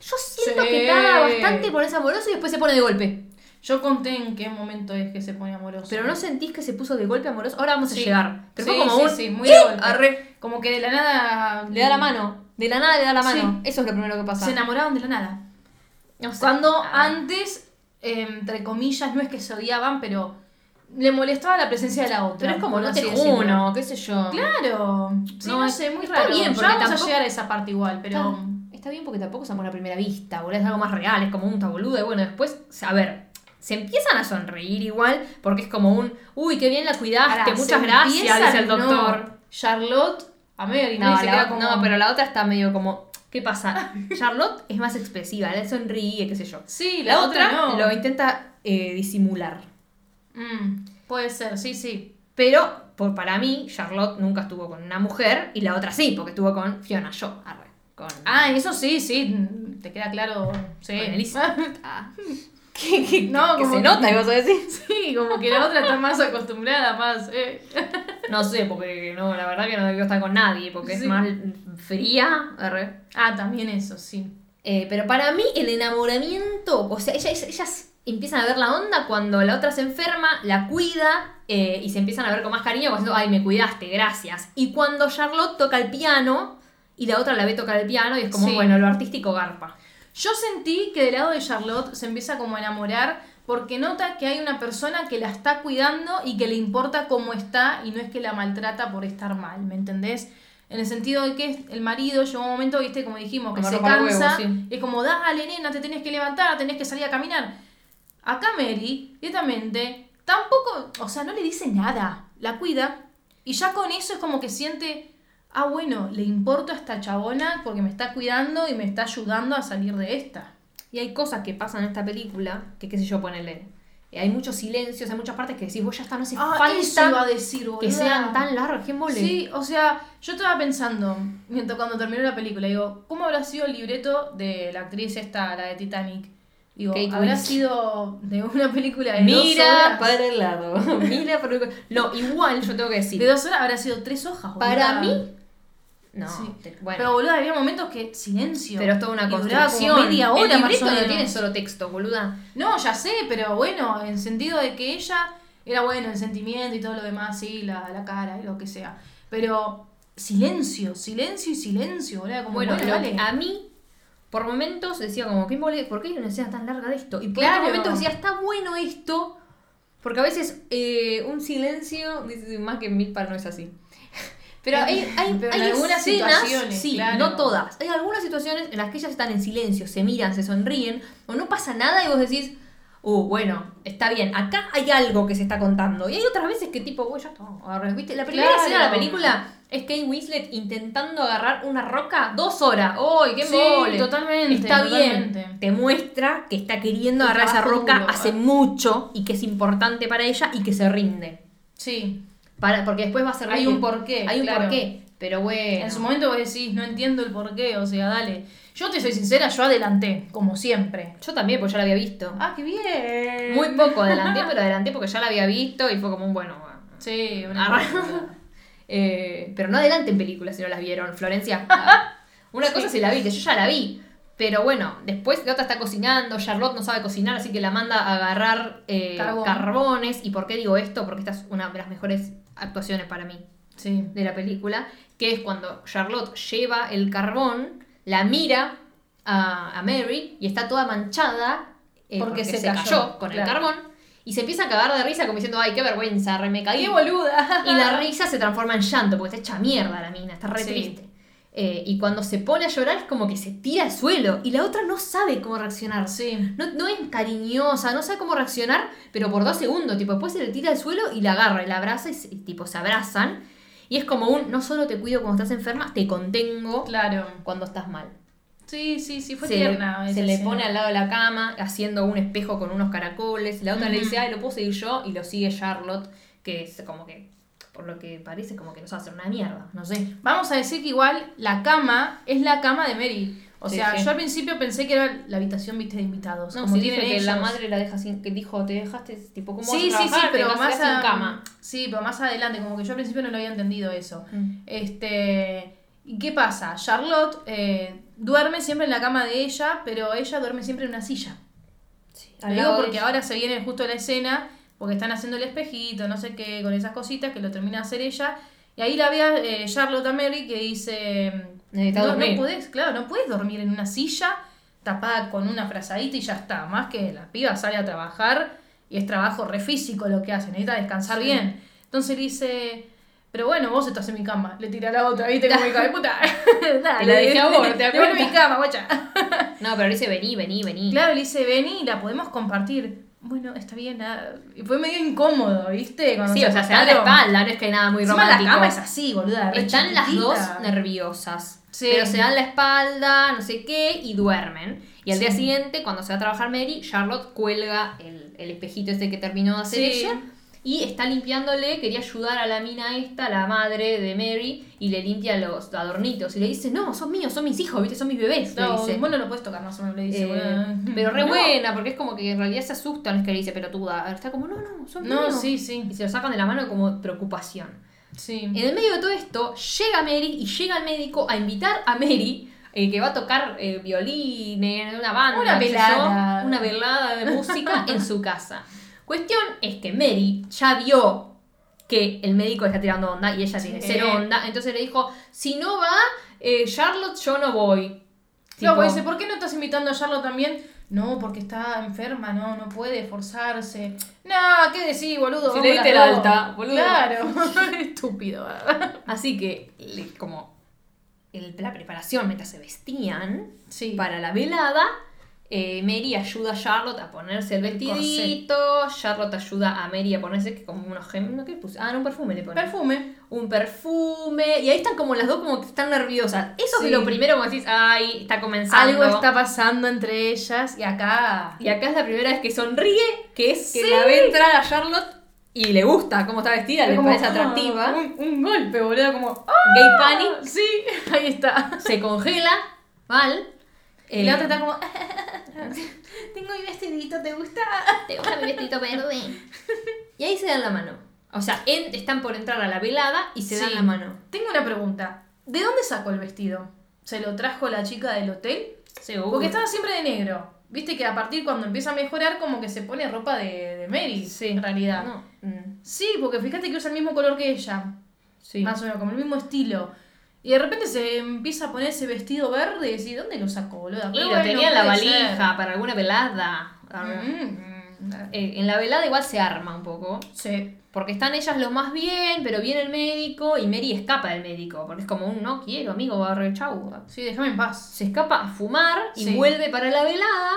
Speaker 1: Yo siento
Speaker 2: Sí.
Speaker 1: que tarda bastante en ponerse amoroso y después se pone de golpe.
Speaker 2: Yo conté en qué momento es que se pone amoroso.
Speaker 1: Pero no sentís que se puso de golpe amoroso. Ahora vamos a
Speaker 2: Sí.
Speaker 1: llegar. Pero
Speaker 2: Sí,
Speaker 1: fue como
Speaker 2: sí,
Speaker 1: un.
Speaker 2: sí, muy
Speaker 1: ¡Eh!
Speaker 2: de golpe.
Speaker 1: Arre.
Speaker 2: Como que de la nada...
Speaker 1: Le da la mano. De la nada le da la mano. Eso es lo primero que pasa.
Speaker 2: Se enamoraron de la nada.
Speaker 1: No sé.
Speaker 2: Cuando
Speaker 1: Ah.
Speaker 2: antes, eh, entre comillas, no es que se odiaban, pero le molestaba la presencia de la otra.
Speaker 1: Pero es como
Speaker 2: por
Speaker 1: no
Speaker 2: así
Speaker 1: te
Speaker 2: decirlo.
Speaker 1: uno, qué sé yo.
Speaker 2: Claro. Sí,
Speaker 1: No,
Speaker 2: no,
Speaker 1: es-
Speaker 2: sé, muy
Speaker 1: está
Speaker 2: raro.
Speaker 1: bien,
Speaker 2: ya
Speaker 1: porque
Speaker 2: vamos
Speaker 1: tampoco-
Speaker 2: a llegar a esa parte igual, pero...
Speaker 1: Está, está bien porque tampoco es amor a primera vista, boludo. Es algo más real, es como un taboluda. Y bueno, después, a ver, se empiezan a sonreír igual porque es como un, uy, qué bien la cuidaste,
Speaker 2: Ahora,
Speaker 1: muchas
Speaker 2: se
Speaker 1: gracias,
Speaker 2: empiezan,
Speaker 1: dice el doctor.
Speaker 2: no. Charlotte, a Mary,
Speaker 1: No,
Speaker 2: no, se
Speaker 1: la
Speaker 2: queda
Speaker 1: ot-
Speaker 2: como...
Speaker 1: no, pero la otra está medio como, ¿qué pasa? Charlotte es más expresiva, le sonríe, qué sé yo.
Speaker 2: Sí,
Speaker 1: La, otra,
Speaker 2: no.
Speaker 1: lo intenta eh, disimular.
Speaker 2: Mm, puede ser, sí, sí.
Speaker 1: Pero por, para mí, Charlotte nunca estuvo con una mujer y la otra sí, porque estuvo con Fiona Shaw. arre, con,
Speaker 2: Ah, eso sí, sí. Te queda claro. Sí.
Speaker 1: con Elisa. Ah. Que- que-
Speaker 2: No,
Speaker 1: que
Speaker 2: como
Speaker 1: se
Speaker 2: que-
Speaker 1: nota, que vas a decir.
Speaker 2: Sí, como que la otra está más acostumbrada, más... eh.
Speaker 1: No sé, porque no, la verdad que no debió estar con nadie, porque es
Speaker 2: Sí.
Speaker 1: más fría. arre.
Speaker 2: Ah, también eso, sí.
Speaker 1: Eh, pero para mí el enamoramiento, o sea, ellas, ellas empiezan a ver la onda cuando la otra se enferma, la cuida eh, y se empiezan a ver con más cariño, como diciendo, ay, me cuidaste, gracias. Y cuando Charlotte toca el piano y la otra la ve tocar el piano y es como,
Speaker 2: Sí.
Speaker 1: bueno, lo artístico garpa.
Speaker 2: Yo sentí que del lado de Charlotte se empieza como a enamorar porque nota que hay una persona que la está cuidando y que le importa cómo está y no es que la maltrata por estar mal, ¿me entendés? En el sentido de que el marido llegó un momento, viste, como dijimos, que
Speaker 1: Como
Speaker 2: se
Speaker 1: rompa los
Speaker 2: cansa.
Speaker 1: huevos, sí.
Speaker 2: y Es como, dale, nena, te tenés que levantar, tenés que salir a caminar. Acá Mary, directamente, tampoco, o sea, no le dice nada, la cuida. Y ya con eso es como que siente, ah, bueno, le importo a esta chabona porque me está cuidando y me está ayudando a salir de esta.
Speaker 1: Y hay cosas que pasan en esta película, que qué sé yo, ponele. eh, hay muchos silencios, hay muchas partes que decís, vos ya está, no hace
Speaker 2: Ah, eso iba a
Speaker 1: falta
Speaker 2: decir, boluda.
Speaker 1: que sean tan largas, qué mole.
Speaker 2: Sí, o sea, yo estaba pensando, mientras cuando terminó la película, digo, ¿cómo habrá sido el libreto de la actriz esta, la de Titanic? Digo,
Speaker 1: Kate
Speaker 2: ¿habrá
Speaker 1: Winslet.
Speaker 2: sido de una película de
Speaker 1: Mira
Speaker 2: dos horas?
Speaker 1: para el lado. Mira para el No, igual yo tengo que
Speaker 2: De
Speaker 1: decir.
Speaker 2: dos horas habrá sido tres hojas, boluda.
Speaker 1: Para mí. No,
Speaker 2: Sí.
Speaker 1: te-
Speaker 2: Pero,
Speaker 1: bueno.
Speaker 2: boluda, había momentos que silencio.
Speaker 1: Pero, es toda una
Speaker 2: Y duraba
Speaker 1: construcción.
Speaker 2: como media hora,
Speaker 1: el
Speaker 2: más o
Speaker 1: libreto no
Speaker 2: menos.
Speaker 1: tiene solo texto, boluda.
Speaker 2: No, ya sé, pero bueno, en sentido de que ella Era bueno el sentimiento y todo lo demás, sí, la, la cara y lo que sea. Pero silencio, silencio y silencio, boludo. Como,
Speaker 1: Bueno,
Speaker 2: bueno,
Speaker 1: lo
Speaker 2: vale.
Speaker 1: que a mí, por momentos decía como, ¿qué mole- ¿por qué hay una escena tan larga de esto? Y por
Speaker 2: Claro.
Speaker 1: otros momentos decía, está bueno esto, porque a veces eh, un silencio, dice, más que mil par no es así. Pero hay, hay,
Speaker 2: Pero en
Speaker 1: hay
Speaker 2: algunas
Speaker 1: escenas,
Speaker 2: situaciones,
Speaker 1: sí,
Speaker 2: claro.
Speaker 1: no todas. Hay algunas situaciones en las que ellas están en silencio, se miran, se sonríen, o no pasa nada y vos decís, uh, bueno, está bien, acá hay algo que se está contando. Y hay otras veces que tipo, güey, ya está. agarré, ¿viste? La primera
Speaker 2: Claro.
Speaker 1: escena de la película es Kate Winslet intentando agarrar una roca dos horas. ¡Uy, qué
Speaker 2: Sí,
Speaker 1: mole!
Speaker 2: totalmente,
Speaker 1: Está
Speaker 2: totalmente.
Speaker 1: bien. Te muestra que está queriendo
Speaker 2: Un
Speaker 1: agarrar esa
Speaker 2: trabajo
Speaker 1: roca
Speaker 2: duro.
Speaker 1: hace mucho y que es importante para ella y que se rinde.
Speaker 2: Sí.
Speaker 1: Para, porque después va a ser
Speaker 2: Hay un porqué,
Speaker 1: Hay un
Speaker 2: claro.
Speaker 1: porqué. Pero bueno.
Speaker 2: En su momento vos decís, no entiendo el porqué, o sea, dale. Yo te soy sincera, yo adelanté, como siempre.
Speaker 1: Yo también, porque ya la había visto.
Speaker 2: Ah, qué bien.
Speaker 1: Muy poco adelanté, pero adelanté porque ya la había visto y fue como un bueno. bueno.
Speaker 2: Sí, una
Speaker 1: Ah. Arra- Eh, pero no adelanten películas si no las vieron, Florencia. ah, Una cosa si la viste, yo ya la vi. Pero bueno, después la otra está cocinando, Charlotte no sabe cocinar, así que la manda a agarrar eh,
Speaker 2: Carbón.
Speaker 1: carbones. ¿Y por qué digo esto? Porque esta es una de las mejores actuaciones para mí
Speaker 2: Sí.
Speaker 1: de la película, que es cuando Charlotte lleva el carbón, la mira a, a Mary y está toda manchada eh,
Speaker 2: Porque
Speaker 1: porque,
Speaker 2: se
Speaker 1: se,
Speaker 2: cayó,
Speaker 1: cayó, con el
Speaker 2: claro.
Speaker 1: carbón y se empieza a cagar de risa como diciendo, ay, qué vergüenza, re me caí.
Speaker 2: ¡Qué boluda!
Speaker 1: Y la risa se transforma en llanto, porque está hecha mierda la mina, está re
Speaker 2: Sí.
Speaker 1: triste. Eh, y cuando se pone a llorar es como que se tira al suelo y la otra no sabe cómo reaccionar.
Speaker 2: Sí.
Speaker 1: No, no es cariñosa, no sabe cómo reaccionar, pero por dos segundos, tipo, después se le tira al suelo y la agarra y la abraza y, se- y, tipo se abrazan. Y es como un, no solo te cuido cuando estás enferma, te contengo
Speaker 2: Claro.
Speaker 1: cuando estás mal.
Speaker 2: Sí, sí, sí, fue
Speaker 1: se
Speaker 2: tierna.
Speaker 1: le,
Speaker 2: esa
Speaker 1: se le
Speaker 2: escena.
Speaker 1: pone al lado de la cama haciendo un espejo con unos caracoles. La otra le
Speaker 2: Ujú.
Speaker 1: dice, ay, lo puedo seguir yo. Y lo sigue Charlotte, que es como que, por lo que parece, como que nos va a hacer una mierda. No sé.
Speaker 2: Vamos a decir que igual la cama es la cama de Mary. O
Speaker 1: Sí,
Speaker 2: sea,
Speaker 1: sí.
Speaker 2: yo al principio pensé que era la habitación, viste, de invitados.
Speaker 1: Como
Speaker 2: como
Speaker 1: dice
Speaker 2: tienen
Speaker 1: que la
Speaker 2: ellos.
Speaker 1: madre la deja sin, que dijo, te dejaste, tipo, ¿cómo
Speaker 2: Sí,
Speaker 1: vas a
Speaker 2: sí, sí,
Speaker 1: trabajar? Te
Speaker 2: pero
Speaker 1: vas a
Speaker 2: más
Speaker 1: quedar sin
Speaker 2: a-
Speaker 1: cama.
Speaker 2: Sí, pero más adelante, como que yo al principio no lo había entendido eso.
Speaker 1: Mm.
Speaker 2: Este, ¿y qué pasa? Charlotte eh, duerme siempre en la cama de ella, pero ella duerme siempre en una silla. Lo
Speaker 1: Al
Speaker 2: digo
Speaker 1: lado de
Speaker 2: porque
Speaker 1: ella.
Speaker 2: ahora se viene justo la escena, porque están haciendo el espejito, no sé qué, con esas cositas que lo termina de hacer ella. Y ahí la ve a eh, Charlotte a Mary que dice:
Speaker 1: Necesita
Speaker 2: no, no
Speaker 1: dormir".
Speaker 2: podés, claro, no puedes dormir en una silla tapada con una frazadita y ya está. Más que la piba sale a trabajar y es trabajo re físico lo que hace, necesita descansar
Speaker 1: Sí.
Speaker 2: bien. Entonces le dice. Pero bueno, vos estás en mi cama. Le tira la otra, ¿viste? Como hija de puta. Dale,
Speaker 1: dejé a vos, ¿te das
Speaker 2: devuelve mi
Speaker 1: cuenta?
Speaker 2: cama, guacha.
Speaker 1: No, pero le dice vení, vení, vení.
Speaker 2: Claro, le dice, vení, la podemos compartir. Bueno, está bien. nada. Y fue medio incómodo, ¿viste? Cuando
Speaker 1: Sí, o sea, se da la
Speaker 2: acostaron.
Speaker 1: espalda, no es que hay nada muy
Speaker 2: Encima
Speaker 1: romántico.
Speaker 2: la cama es así, boluda. re
Speaker 1: Están las
Speaker 2: chiquitita.
Speaker 1: dos nerviosas.
Speaker 2: Sí.
Speaker 1: Pero se dan la espalda, no sé qué, y duermen. Y al
Speaker 2: Sí.
Speaker 1: día siguiente, cuando se va a trabajar Mary, Charlotte cuelga el, el espejito este que terminó de hacer
Speaker 2: Sí.
Speaker 1: ella. Y está limpiándole, quería ayudar a la mina esta, la madre de Mary, y le limpia los adornitos. Y le dice, no, son míos, son mis hijos, viste, son mis bebés. le
Speaker 2: No,
Speaker 1: dice.
Speaker 2: vos no lo puedes tocar más o menos, le dice.
Speaker 1: Eh,
Speaker 2: boluda.
Speaker 1: pero re
Speaker 2: No.
Speaker 1: buena, porque es como que en realidad se asustan, es que le dice pelotuda. Está como, no, no, son
Speaker 2: No,
Speaker 1: míos.
Speaker 2: sí, sí.
Speaker 1: Y se lo sacan de la mano como preocupación.
Speaker 2: Sí.
Speaker 1: En el medio de todo esto, llega Mary y llega el médico a invitar a Mary, eh, que va a tocar eh, violín en una banda,
Speaker 2: Una
Speaker 1: qué sé yo,
Speaker 2: velada.
Speaker 1: una velada de música en su casa. Cuestión es que Mary ya vio que el médico le está tirando onda y ella tiene
Speaker 2: Sí.
Speaker 1: cero onda, entonces le dijo, si no va eh, Charlotte, yo no voy.
Speaker 2: No,
Speaker 1: Tipo,
Speaker 2: pues dice, ¿por qué no estás invitando a Charlotte también? No, porque está enferma, no, no puede forzarse. No, ¿qué decís, boludo?
Speaker 1: Si
Speaker 2: Vamos
Speaker 1: le diste
Speaker 2: las
Speaker 1: el
Speaker 2: dos.
Speaker 1: alta, boludo.
Speaker 2: Claro. Estúpido. ¿verdad?
Speaker 1: Así que, le- como el- la preparación mientras se vestían,
Speaker 2: Sí.
Speaker 1: para la velada. eh, Mary ayuda a Charlotte a ponerse el vestidito. Charlotte ayuda a Mary a ponerse que como unos gem... ¿no? ¿Qué le puse? Ah, no, un perfume le pone.
Speaker 2: Perfume.
Speaker 1: un perfume. Y ahí están como las dos como que están nerviosas. Eso
Speaker 2: Sí.
Speaker 1: es lo primero como decís, ay, está comenzando.
Speaker 2: Algo está pasando entre ellas y acá.
Speaker 1: Y acá es la primera vez que sonríe, que es que
Speaker 2: Sí.
Speaker 1: la ve entrar a Charlotte y le gusta cómo está vestida, le
Speaker 2: Como,
Speaker 1: parece
Speaker 2: ah,
Speaker 1: atractiva.
Speaker 2: un, un golpe, boludo, como. ¡Ah!
Speaker 1: Gay panic,
Speaker 2: Sí, ahí está.
Speaker 1: se congela, mal.
Speaker 2: y la
Speaker 1: Eh,
Speaker 2: otra está como. Tengo mi vestidito, ¿te gusta?
Speaker 1: Te gusta mi vestidito verde. Y ahí se dan la mano. O sea, en- están por entrar a la velada y se
Speaker 2: Sí.
Speaker 1: dan la mano.
Speaker 2: Tengo una pregunta. ¿De dónde sacó el vestido? ¿Se lo trajo la chica del hotel?
Speaker 1: Seguro.
Speaker 2: Porque estaba siempre de negro. Viste que a partir cuando empieza a mejorar, como que se pone ropa de, de Mary,
Speaker 1: Sí.
Speaker 2: en realidad.
Speaker 1: No, mm,
Speaker 2: Sí, porque fíjate que usa el mismo color que ella,
Speaker 1: sí.
Speaker 2: más o menos, como el mismo estilo. Y de repente se empieza a poner ese vestido verde y decís, ¿dónde lo sacó, boluda?
Speaker 1: y
Speaker 2: Pero
Speaker 1: lo
Speaker 2: bueno,
Speaker 1: tenía en la
Speaker 2: puede ser.
Speaker 1: valija para alguna velada.
Speaker 2: Mm, mm, eh,
Speaker 1: Eh, en la velada igual se arma un poco.
Speaker 2: sí.
Speaker 1: Porque están ellas lo más bien, pero viene el médico y Mary escapa del médico. Porque es como un no quiero, amigo, barre chau.
Speaker 2: Sí, déjame en paz.
Speaker 1: Se escapa a fumar y
Speaker 2: Sí.
Speaker 1: vuelve para la velada,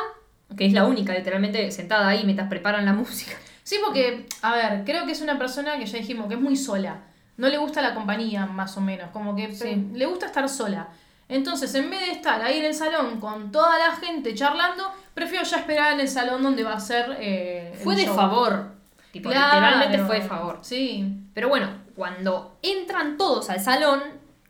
Speaker 1: que es la única, literalmente sentada ahí mientras preparan la música.
Speaker 2: Sí, porque, a ver, creo que es una persona que ya dijimos que es muy sola. No le gusta la compañía, más o menos. Como que
Speaker 1: Sí.
Speaker 2: le gusta estar sola. Entonces, en vez de estar ahí en el salón con toda la gente charlando, prefiero ya esperar en el salón donde va a ser. eh, el
Speaker 1: Fue de
Speaker 2: show.
Speaker 1: favor. Tipo,
Speaker 2: Claro.
Speaker 1: literalmente fue de favor.
Speaker 2: Sí.
Speaker 1: Pero bueno, cuando entran todos al salón,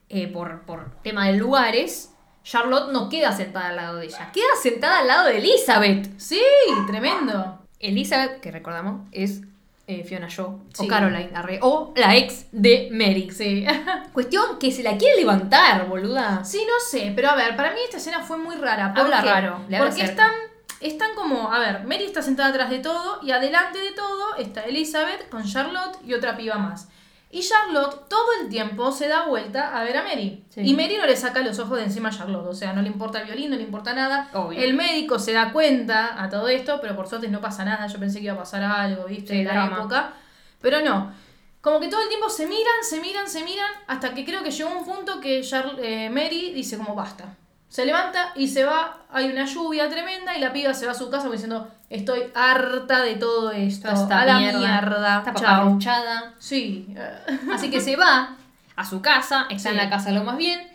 Speaker 1: eh, por, por tema de lugares, Charlotte no queda sentada al lado de ella, queda sentada al lado de Elizabeth.
Speaker 2: Sí, tremendo.
Speaker 1: Elizabeth, que recordamos, es eh, Fiona Shaw
Speaker 2: Sí.
Speaker 1: o Caroline arre, o la ex de Merrick.
Speaker 2: Sí.
Speaker 1: Cuestión que se la quiere levantar, boluda.
Speaker 2: Sí, no sé, pero a ver, para mí esta escena fue muy rara. ¿Por
Speaker 1: Habla
Speaker 2: qué?
Speaker 1: raro, le habla
Speaker 2: Porque
Speaker 1: cerca.
Speaker 2: están, están como, a ver, Mary está sentada atrás de todo y adelante de todo está Elizabeth con Charlotte y otra piba más. Y Charlotte todo el tiempo se da vuelta a ver a Mary.
Speaker 1: Sí.
Speaker 2: Y Mary no le saca los ojos de encima a Charlotte. O sea, no le importa el violín, no le importa nada.
Speaker 1: Obvio.
Speaker 2: El médico se da cuenta a todo esto, pero por suerte no pasa nada. Yo pensé que iba a pasar algo, ¿viste?
Speaker 1: Sí,
Speaker 2: la
Speaker 1: drama.
Speaker 2: época. Pero no. Como que todo el tiempo se miran, se miran, se miran, hasta que creo que llegó un punto que Char- eh, Mary dice como basta. Se levanta y se va, hay una lluvia tremenda y la piba se va a su casa como diciendo estoy harta de todo esto,
Speaker 1: Toda esta
Speaker 2: a la mierda,
Speaker 1: Está
Speaker 2: chao.
Speaker 1: paparruchada.
Speaker 2: Sí, eh,
Speaker 1: Así que se va a su casa, está en
Speaker 2: Sí.
Speaker 1: la casa lo más bien.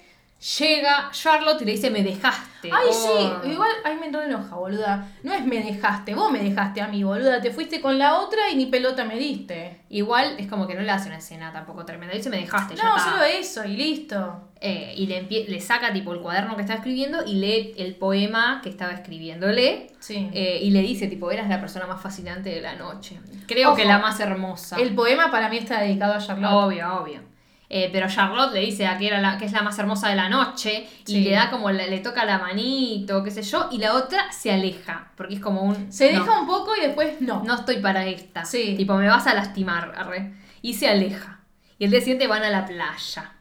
Speaker 1: Llega Charlotte y le dice, me dejaste.
Speaker 2: eh, Ay,
Speaker 1: Oh.
Speaker 2: sí, igual ahí me entró enoja, boluda. No es me dejaste, vos me dejaste a mí, boluda. Te fuiste con la otra y ni pelota me diste.
Speaker 1: Igual es como que no le hace una escena tampoco tremenda. Dice, me dejaste, ya
Speaker 2: No,
Speaker 1: está".
Speaker 2: solo eso y listo.
Speaker 1: Eh, y le, empie- le saca tipo el cuaderno que estaba escribiendo y lee el poema que estaba escribiéndole.
Speaker 2: Sí.
Speaker 1: Eh, y le dice, tipo, eras la persona más fascinante de la noche. Creo
Speaker 2: Ojo.
Speaker 1: que la más hermosa.
Speaker 2: el poema para mí está dedicado a Charlotte.
Speaker 1: Obvio, obvio. Eh, pero Charlotte le dice a que, era la, que es la más hermosa de la noche
Speaker 2: Sí.
Speaker 1: y le da como, la- le toca la manito, qué sé yo, y la otra se aleja, porque es como un...
Speaker 2: Se
Speaker 1: Oh, "No,
Speaker 2: deja un poco y después no.
Speaker 1: No estoy para esta.
Speaker 2: Sí.
Speaker 1: Tipo, me vas a lastimar, arre. Y se aleja. Y el día siguiente van a la playa.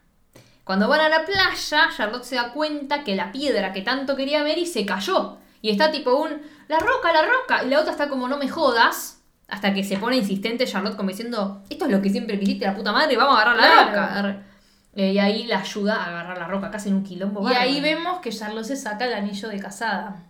Speaker 1: Cuando van a la playa, Charlotte se da cuenta que la piedra que tanto quería Mary se cayó. Y está tipo un, la roca, la roca. Y la otra está como, no me jodas. Hasta que se pone insistente Charlotte como diciendo, esto es lo que siempre quisiste, la puta madre, vamos a agarrar la
Speaker 2: Claro.
Speaker 1: roca. arre. Eh, y ahí la ayuda a agarrar la roca, casi en un quilombo.
Speaker 2: Y ahí
Speaker 1: Pues bárbaro.
Speaker 2: vemos que Charlotte se saca el anillo de casada.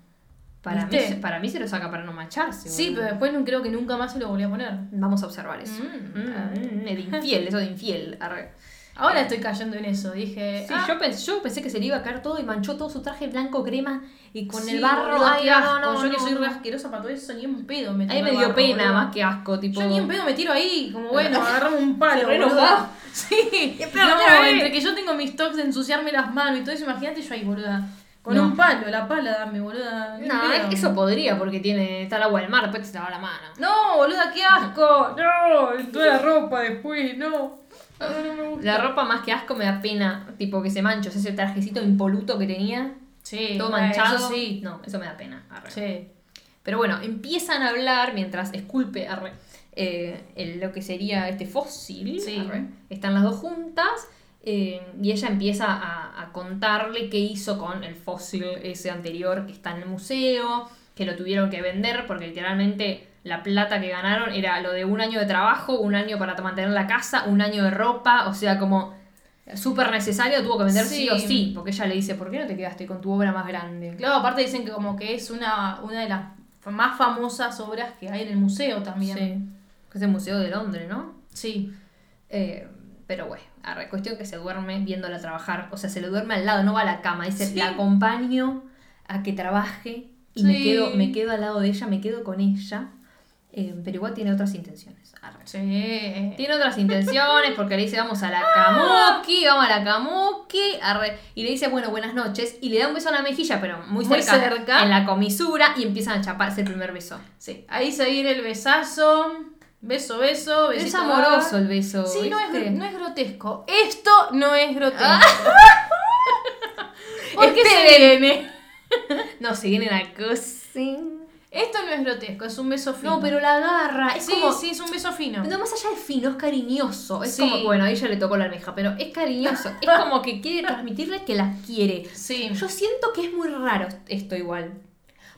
Speaker 1: Para mí, se-
Speaker 2: ¿viste?
Speaker 1: para mí se lo saca para no mancharse.
Speaker 2: Sí,
Speaker 1: boludo.
Speaker 2: pero después no creo que nunca más se lo volvió a poner.
Speaker 1: Vamos a observar eso.
Speaker 2: Mm.
Speaker 1: Mm, mm, de infiel, eso de infiel. arre.
Speaker 2: Ahora estoy cayendo en eso. Dije.
Speaker 1: Sí,
Speaker 2: ah,
Speaker 1: yo, pensé, yo pensé que se le iba a caer todo y manchó todo su traje blanco crema y con
Speaker 2: sí,
Speaker 1: el barro.
Speaker 2: boluda,
Speaker 1: Ay,
Speaker 2: ah, qué
Speaker 1: no,
Speaker 2: asco.
Speaker 1: no,
Speaker 2: yo que
Speaker 1: no,
Speaker 2: soy
Speaker 1: no.
Speaker 2: re asquerosa para todo eso, ni un pedo me
Speaker 1: Ahí
Speaker 2: tiro
Speaker 1: me
Speaker 2: al
Speaker 1: dio
Speaker 2: barro,
Speaker 1: pena
Speaker 2: boluda.
Speaker 1: más que asco, tipo.
Speaker 2: Yo ni en pedo me tiro ahí, como bueno, agarramos un
Speaker 1: Se
Speaker 2: palo.
Speaker 1: re
Speaker 2: boluda.
Speaker 1: enojado.
Speaker 2: Sí.
Speaker 1: pero
Speaker 2: no,
Speaker 1: otra vez.
Speaker 2: entre que yo tengo mis toques de ensuciarme las manos y todo eso, imagínate yo ahí, boluda. Con
Speaker 1: No.
Speaker 2: un palo, la pala dame, boluda. ni
Speaker 1: No,
Speaker 2: pedo.
Speaker 1: eso podría porque tiene está el agua del mar, después te lava la mano.
Speaker 2: No, boluda, qué asco. No, en toda la ropa después, no. No, no me gusta.
Speaker 1: La ropa más que asco me da pena, tipo que se manchó, o sea, ese trajecito impoluto que tenía,
Speaker 2: Sí,
Speaker 1: todo
Speaker 2: bueno,
Speaker 1: manchado.
Speaker 2: eso sí.
Speaker 1: No, eh, eso me da pena. arre.
Speaker 2: Sí.
Speaker 1: Pero bueno, empiezan a hablar mientras esculpe arre, eh, el- lo que sería este fósil.
Speaker 2: Sí.
Speaker 1: arre. Están las dos juntas eh, y ella empieza a, a contarle qué hizo con el fósil ese anterior que está en el museo, que lo tuvieron que vender porque literalmente la plata que ganaron era lo de un año de trabajo, un año para mantener la casa, un año de ropa, o sea, como súper necesario, tuvo que vender sí.
Speaker 2: Sí.
Speaker 1: o sí, porque ella le dice, ¿por qué no te quedaste con tu obra más grande?
Speaker 2: Claro, aparte dicen que como que es una, una de las fa- más famosas obras que hay en el museo también.
Speaker 1: Sí. Que es el Museo de Londres, ¿no?
Speaker 2: Sí.
Speaker 1: Eh, pero bueno, arre, cuestión que se duerme viéndola trabajar. O sea, se le duerme al lado, no va a la cama. Dice,
Speaker 2: Sí.
Speaker 1: la acompaño a que trabaje y me,
Speaker 2: Sí.
Speaker 1: quedo, me quedo al lado de ella, me quedo con ella. Eh, pero igual tiene otras intenciones. arre.
Speaker 2: Sí. eh,
Speaker 1: Tiene otras intenciones porque le dice, vamos a la Kamuki, vamos a la Kamuki. arre. Y le dice, bueno, buenas noches. Y le da un beso en la mejilla, pero muy,
Speaker 2: Muy
Speaker 1: cerca,
Speaker 2: cerca.
Speaker 1: En la comisura y empiezan a chaparse el primer beso.
Speaker 2: Sí. Ahí se viene el besazo. Beso, beso, besito. ah.
Speaker 1: Es amoroso el beso.
Speaker 2: Sí, no es,
Speaker 1: ¿viste?
Speaker 2: gr- no es grotesco. Esto no es grotesco.
Speaker 1: Ah.
Speaker 2: ¿Por qué
Speaker 1: Esperen.
Speaker 2: se viene?
Speaker 1: No, se viene la cosa.
Speaker 2: Esto no es grotesco, es un beso fino.
Speaker 1: No, pero la agarra. Es
Speaker 2: sí,
Speaker 1: como.
Speaker 2: sí, es un beso fino.
Speaker 1: No, más allá de fino, es cariñoso. Es
Speaker 2: Sí.
Speaker 1: como, bueno, a ella le tocó la almeja, pero es cariñoso. Es como que quiere transmitirle que la quiere.
Speaker 2: Sí.
Speaker 1: Yo siento que es muy raro esto igual.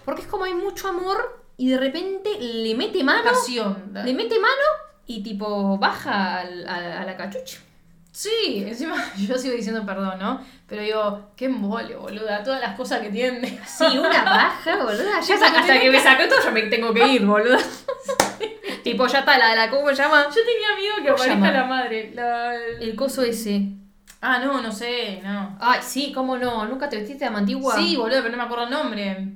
Speaker 1: Porque es como hay mucho amor y de repente le mete mano.
Speaker 2: Pasión.
Speaker 1: Le mete mano y tipo baja al- a, a la cachucha.
Speaker 2: Sí, encima yo sigo diciendo perdón, ¿no? Pero digo, qué mole, boluda, todas las cosas que tiene.
Speaker 1: Sí, una baja, boluda. Ya sa-
Speaker 2: Cuando
Speaker 1: hasta
Speaker 2: tiene
Speaker 1: que me sacó todo, yo me tengo que ir, boluda. tipo, ya está, la de la, ¿cómo se llama?
Speaker 2: Yo tenía miedo que
Speaker 1: ¿Cómo se llama?
Speaker 2: aparezca la madre. La...
Speaker 1: El coso ese.
Speaker 2: Ah, no, no sé, no.
Speaker 1: Ay, sí, cómo no, nunca te vestiste de mantigua.
Speaker 2: Sí, boludo, pero no me acuerdo el nombre.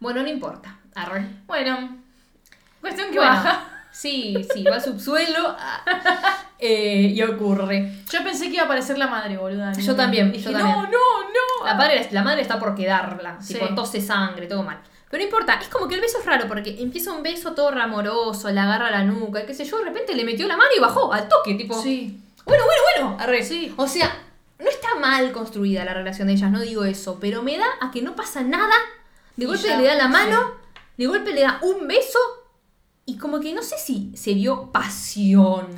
Speaker 1: Bueno, no importa. Arre.
Speaker 2: Bueno, cuestión que
Speaker 1: Bueno,
Speaker 2: baja.
Speaker 1: Sí, sí, va al subsuelo ah, eh, y ocurre.
Speaker 2: Yo pensé que iba a aparecer la madre, boluda.
Speaker 1: Yo también,
Speaker 2: Dije,
Speaker 1: yo
Speaker 2: no,
Speaker 1: también.
Speaker 2: no, no.
Speaker 1: La, padre- la madre está por quedarla,
Speaker 2: Sí.
Speaker 1: tipo, tose sangre, todo mal. Pero no importa, es como que el beso es raro porque empieza un beso todo ramoroso, le agarra la nuca, y qué sé yo, de repente le metió la mano y bajó al toque, tipo.
Speaker 2: Sí.
Speaker 1: Bueno, bueno, bueno. Arre.
Speaker 2: Sí.
Speaker 1: O sea, no está mal construida la relación de ellas, no digo eso, pero me da a que no pasa nada. De
Speaker 2: Y
Speaker 1: golpe
Speaker 2: ya,
Speaker 1: le da la mano, de golpe le da un beso y como que no sé si se vio pasión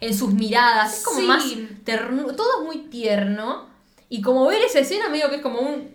Speaker 1: en sus miradas, es como
Speaker 2: Sí.
Speaker 1: más ternura, todo es muy tierno y como ver esa escena medio que es como un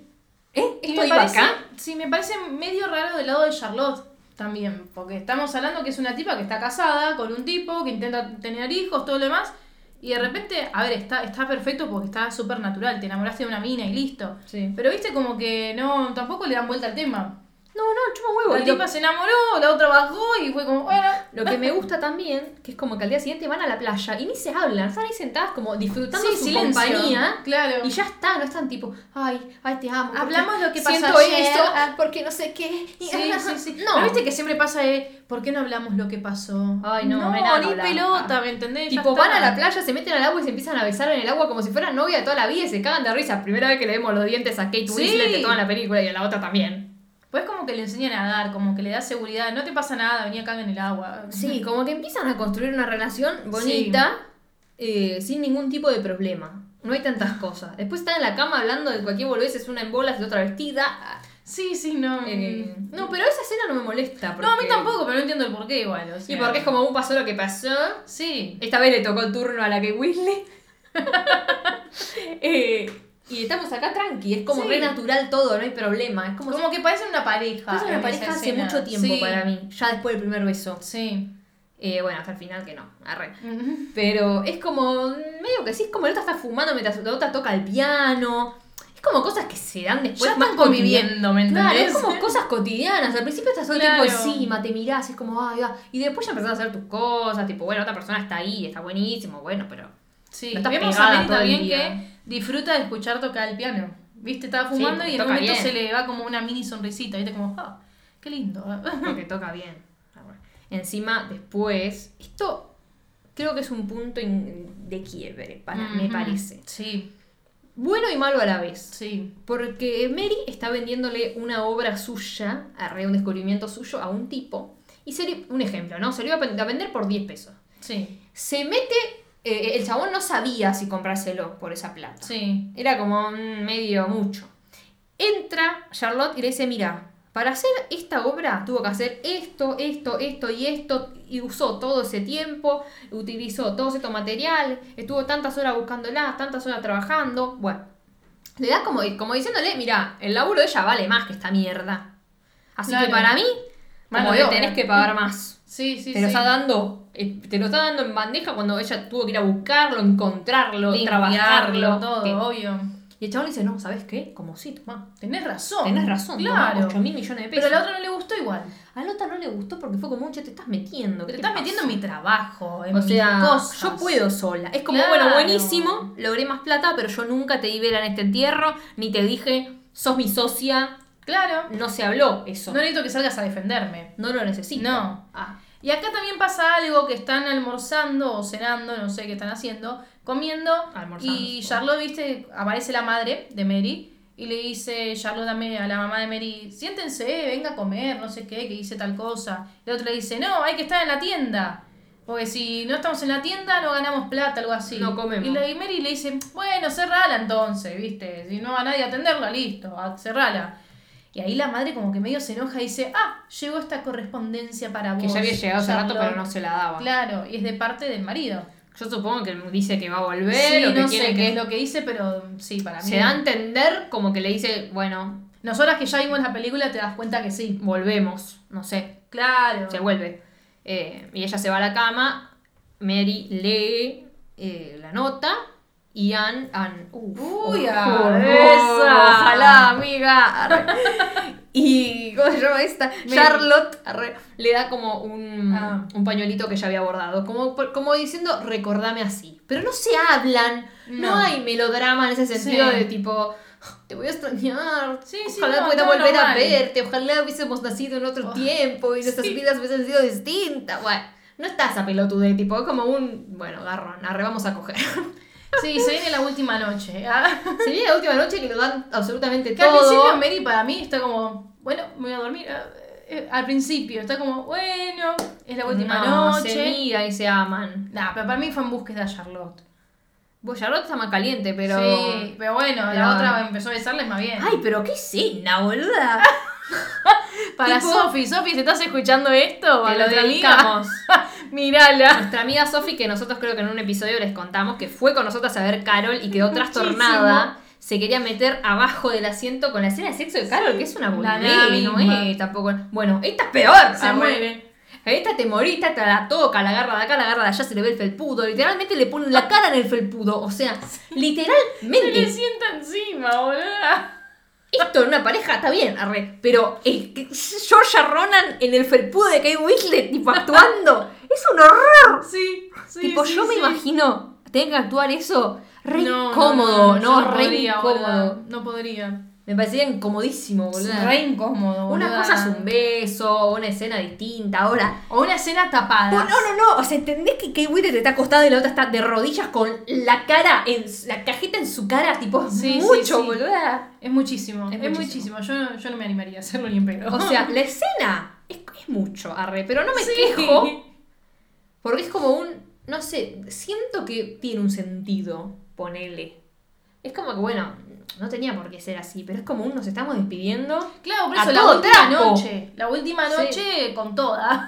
Speaker 1: ¿eh?
Speaker 2: Y
Speaker 1: ¿Esto
Speaker 2: me
Speaker 1: iba
Speaker 2: parece-
Speaker 1: acá?
Speaker 2: Sí, me parece medio raro del lado de Charlotte también, porque estamos hablando que es una tipa que está casada con un tipo, que intenta tener hijos, todo lo demás, y de repente, a ver, está, está perfecto porque está súper natural, te enamoraste de una mina y listo.
Speaker 1: Sí.
Speaker 2: Pero viste como que no, tampoco le dan vuelta al tema.
Speaker 1: No, no, chuma huevo.
Speaker 2: La
Speaker 1: Y lo-
Speaker 2: tipa se enamoró, la otra bajó y fue como, bueno,
Speaker 1: Lo que me gusta también, que es como que al día siguiente van a la playa y ni se hablan, están ahí sentadas como disfrutando
Speaker 2: sí,
Speaker 1: su
Speaker 2: silencio.
Speaker 1: compañía.
Speaker 2: Claro.
Speaker 1: Y ya está, no están tipo, ay, ay, te amo. porque
Speaker 2: Hablamos lo que pasó
Speaker 1: Siento
Speaker 2: ayer,
Speaker 1: esto,
Speaker 2: ah,
Speaker 1: porque no sé qué. y-
Speaker 2: Sí, sí, sí.
Speaker 1: No,
Speaker 2: Pero viste que siempre pasa, eh, ¿por qué no hablamos lo que pasó?
Speaker 1: Ay, no, no hay nada
Speaker 2: no
Speaker 1: que
Speaker 2: ni
Speaker 1: hablar.
Speaker 2: pelota, ¿me entendés? Ya
Speaker 1: tipo van a
Speaker 2: está.
Speaker 1: la playa, se meten al agua y se empiezan a besar en el agua como si fueran novia de toda la vida y se cagan de risa. Primera vez que le vemos los dientes a Kate
Speaker 2: Sí.
Speaker 1: Winslet de toda la película y a la otra también.
Speaker 2: Pues como que le enseñan a nadar, como que le da seguridad, no te pasa nada, venía acá en el agua.
Speaker 1: Sí, como que empiezan a construir una relación bonita eh, sin ningún tipo de problema. No hay tantas cosas. Después están en la cama hablando de cualquier boludez, es una en bolas y la otra vestida.
Speaker 2: Sí, sí, no.
Speaker 1: Eh, no, pero esa escena no me molesta.
Speaker 2: no, a mí
Speaker 1: porque-
Speaker 2: tampoco, pero no entiendo el porqué igual. o sea.
Speaker 1: Y porque es como un pasó lo que pasó.
Speaker 2: Sí.
Speaker 1: Esta vez le tocó el turno a la que Weasley. Eh, y estamos acá tranqui, es como
Speaker 2: Sí.
Speaker 1: re natural todo, no hay problema. Es como,
Speaker 2: Como que parecen una pareja.
Speaker 1: es una
Speaker 2: en
Speaker 1: pareja
Speaker 2: esa
Speaker 1: hace
Speaker 2: escena.
Speaker 1: mucho tiempo
Speaker 2: Sí.
Speaker 1: para mí, ya después del primer beso.
Speaker 2: Sí.
Speaker 1: Eh, bueno, hasta el final que no, arre.
Speaker 2: Ujú.
Speaker 1: Pero es como, medio que sí, es como la otra está fumando mientras la otra toca el piano. Es como cosas que se dan después.
Speaker 2: ya
Speaker 1: más
Speaker 2: están Pues conviviendo, ¿me
Speaker 1: cotidianas. Claro,
Speaker 2: entendés?
Speaker 1: es como cosas cotidianas. Al principio estás todo el
Speaker 2: Claro.
Speaker 1: tiempo encima, te mirás, es como, ay, ah", Y después ya empezás a hacer tus cosas, tipo, bueno, otra persona está ahí, está buenísimo, bueno, pero
Speaker 2: Sí,
Speaker 1: No estás
Speaker 2: vemos a
Speaker 1: pegada
Speaker 2: Mary
Speaker 1: todo el
Speaker 2: también que
Speaker 1: día.
Speaker 2: disfruta de escuchar tocar el piano. Viste, estaba
Speaker 1: Sí,
Speaker 2: fumando
Speaker 1: porque
Speaker 2: y en un
Speaker 1: toca
Speaker 2: momento
Speaker 1: bien.
Speaker 2: se le va como una mini sonrisita, viste, como, ah, qué lindo.
Speaker 1: Porque toca bien. Ah, Encima, después, esto creo que es un punto in- de quiebre, para, me
Speaker 2: Ujú.
Speaker 1: parece.
Speaker 2: Sí,
Speaker 1: Bueno y malo a la vez.
Speaker 2: sí.
Speaker 1: Porque Mary está vendiéndole una obra suya, a re- un descubrimiento suyo, a un tipo. Y se le- un ejemplo, ¿no? Se lo iba a pen- a vender por 10 pesos.
Speaker 2: Sí,
Speaker 1: Se mete, eh, el chabón no sabía si comprárselo por esa plata.
Speaker 2: sí.
Speaker 1: Era como mm, medio mucho. Entra Charlotte y le dice, mira, para hacer esta obra tuvo que hacer esto, esto, esto y esto, y usó todo ese tiempo, utilizó todo ese material, estuvo tantas horas buscándola, tantas horas trabajando. Bueno, le da como, como diciéndole, mira, el laburo de ella vale más que esta mierda. Así
Speaker 2: Claro.
Speaker 1: que para mí,
Speaker 2: Mano
Speaker 1: como
Speaker 2: de
Speaker 1: le
Speaker 2: obra.
Speaker 1: tenés que pagar más
Speaker 2: Sí, sí,
Speaker 1: te lo
Speaker 2: sí.
Speaker 1: está dando eh, te lo está dando en bandeja cuando ella tuvo que ir a buscarlo encontrarlo
Speaker 2: Limpiarlo,
Speaker 1: trabajarlo
Speaker 2: todo,
Speaker 1: que-
Speaker 2: obvio.
Speaker 1: y el chabón le dice no sabes qué como sí toma
Speaker 2: Tenés razón.
Speaker 1: tenés razón
Speaker 2: claro.
Speaker 1: 8 mil millones de pesos
Speaker 2: Pero a la otra no le gustó igual.
Speaker 1: a la otra no le gustó porque fue como un che te estás metiendo ¿qué
Speaker 2: Te estás
Speaker 1: pasa?".
Speaker 2: metiendo en mi trabajo, en
Speaker 1: o sea,
Speaker 2: mis cosas.
Speaker 1: yo puedo sola. Es como,
Speaker 2: Claro.
Speaker 1: bueno, buenísimo, logré más plata, pero yo nunca te di vela en este entierro, ni te dije, sos mi socia,
Speaker 2: Claro.
Speaker 1: no se habló eso.
Speaker 2: No
Speaker 1: No,
Speaker 2: necesito que salgas a defenderme.
Speaker 1: lo necesito.
Speaker 2: No.
Speaker 1: Ah,
Speaker 2: Y acá también pasa algo que están almorzando o cenando, no sé qué están haciendo, comiendo.
Speaker 1: Almorzando,
Speaker 2: Y
Speaker 1: supongo.
Speaker 2: Charlotte, viste, aparece la madre de Mary y le dice Charlotte a, Me- a la mamá de Mary, siéntense, venga a comer, no sé qué, que dice tal cosa. La otra le dice, no, hay que estar en la tienda. Porque si no estamos en la tienda no ganamos plata, algo así.
Speaker 1: No comemos.
Speaker 2: Y, la, y Mary le dice, bueno, cerrala entonces, viste. Si no va nadie a atenderla, listo, a- cerrala. Y ahí la madre como que medio se enoja y dice, ah, llegó esta correspondencia para vos.
Speaker 1: Que Ah, ya había llegado hace rato,
Speaker 2: Charlotte".
Speaker 1: pero no se la daba.
Speaker 2: Claro, y es de parte del marido.
Speaker 1: Yo supongo que dice que va a volver o
Speaker 2: sí,
Speaker 1: que
Speaker 2: no
Speaker 1: quiere
Speaker 2: sé
Speaker 1: que-
Speaker 2: qué es lo que dice, pero sí, para mí.
Speaker 1: Se da a entender como que le dice, bueno,
Speaker 2: Nosotras que ya vimos la película te das cuenta que sí.
Speaker 1: volvemos, no sé,
Speaker 2: Claro.
Speaker 1: se vuelve. Eh, y ella se va a la cama, Mary lee eh, la nota y uh, Ann... Ann uf,
Speaker 2: Uy,
Speaker 1: uf,
Speaker 2: ah,
Speaker 1: uf,
Speaker 2: esa.
Speaker 1: Ojalá, amiga. arre. y, ¿cómo se llama esta?
Speaker 2: Mary.
Speaker 1: Charlotte arre, le da como un,
Speaker 2: Ah.
Speaker 1: un pañuelito que ya había bordado, como, como diciendo, recordame así. Pero no se hablan, no,
Speaker 2: No.
Speaker 1: hay melodrama en ese sentido
Speaker 2: Sí.
Speaker 1: de tipo... "Ah, Te voy a extrañar.
Speaker 2: Sí, sí,
Speaker 1: ojalá
Speaker 2: no,
Speaker 1: pueda
Speaker 2: todo
Speaker 1: volver a
Speaker 2: normal.
Speaker 1: verte. Ojalá hubiésemos nacido en otro
Speaker 2: Oh,
Speaker 1: tiempo y nuestras
Speaker 2: sí.
Speaker 1: vidas hubiesen sido distintas. Bueno, no estás a pelotude, tipo, es como un. Bueno, garrón, arre, vamos a coger.
Speaker 2: Sí, se viene la última noche. ah.
Speaker 1: Se viene la última noche que lo dan absolutamente
Speaker 2: Que al principio
Speaker 1: todo.
Speaker 2: Mary para mí está como, bueno, me voy a dormir. ah, eh, Al principio está como, bueno, es la última
Speaker 1: No, Se
Speaker 2: noche.
Speaker 1: miran y se aman.
Speaker 2: Nah, pero para mí fue en búsqueda de Charlotte.
Speaker 1: Vos, Charlotte está más caliente, pero.
Speaker 2: Sí, pero bueno,
Speaker 1: Pero-
Speaker 2: la otra empezó a besarles más bien.
Speaker 1: Ay, pero qué cena, boluda.
Speaker 2: para
Speaker 1: tipo-
Speaker 2: Sofi, Sofi, ¿te estás escuchando
Speaker 1: Te
Speaker 2: esto? A
Speaker 1: lo
Speaker 2: nuestra amiga.
Speaker 1: dedicamos.
Speaker 2: Mírala.
Speaker 1: Nuestra amiga Sofi, que nosotros creo que en un episodio les contamos que fue con nosotras a ver Carol y quedó trastornada. Se quería meter abajo del asiento con la escena de sexo de Carol, que es una
Speaker 2: la
Speaker 1: vulnerabilidad. No
Speaker 2: misma.
Speaker 1: es tampoco. Bueno, esta es peor.
Speaker 2: Se
Speaker 1: Arre.
Speaker 2: muere.
Speaker 1: Esta te morita, esta la toca, la agarra de acá, la agarra de allá, se le ve el felpudo. Literalmente le ponen la cara en el felpudo. O sea,
Speaker 2: Se le
Speaker 1: literalmente.
Speaker 2: sienta encima, boluda.
Speaker 1: Esto en una pareja está bien, arre. Pero eh, que- Georgia Ronan en el felpudo de Kate Winslet, tipo actuando. es un horror.
Speaker 2: Sí, sí.
Speaker 1: tipo,
Speaker 2: sí,
Speaker 1: yo me
Speaker 2: sí.
Speaker 1: imagino tener que actuar eso re
Speaker 2: No,
Speaker 1: incómodo,
Speaker 2: no, yo
Speaker 1: no, re
Speaker 2: podría,
Speaker 1: incómodo.
Speaker 2: boluda. No podría.
Speaker 1: Me parecía incomodísimo, boludo.
Speaker 2: Re incómodo,
Speaker 1: Una
Speaker 2: boluda.
Speaker 1: cosa es un beso, una escena distinta, ahora.
Speaker 2: O una escena tapada.
Speaker 1: Oh, Ah, No, no, no, o sea, entendés que Kate Winslet está acostada y la otra está de rodillas con la cara, en la cajeta en su cara, tipo, es
Speaker 2: Sí, sí,
Speaker 1: mucho,
Speaker 2: sí.
Speaker 1: boluda.
Speaker 2: Es muchísimo,
Speaker 1: Es
Speaker 2: es, muchísimo. Yo, no- yo no me animaría a hacerlo ni en pedo.
Speaker 1: O sea, la escena es, es mucho, arre, pero no me
Speaker 2: Sí.
Speaker 1: quejo porque es como un, no sé, siento que tiene un sentido, ponele. Es como que, bueno, no tenía por qué ser así, pero es como un, nos estamos despidiendo.
Speaker 2: Claro, por
Speaker 1: A
Speaker 2: eso la
Speaker 1: todo
Speaker 2: última
Speaker 1: trapo.
Speaker 2: noche. La última
Speaker 1: Sí.
Speaker 2: noche con toda.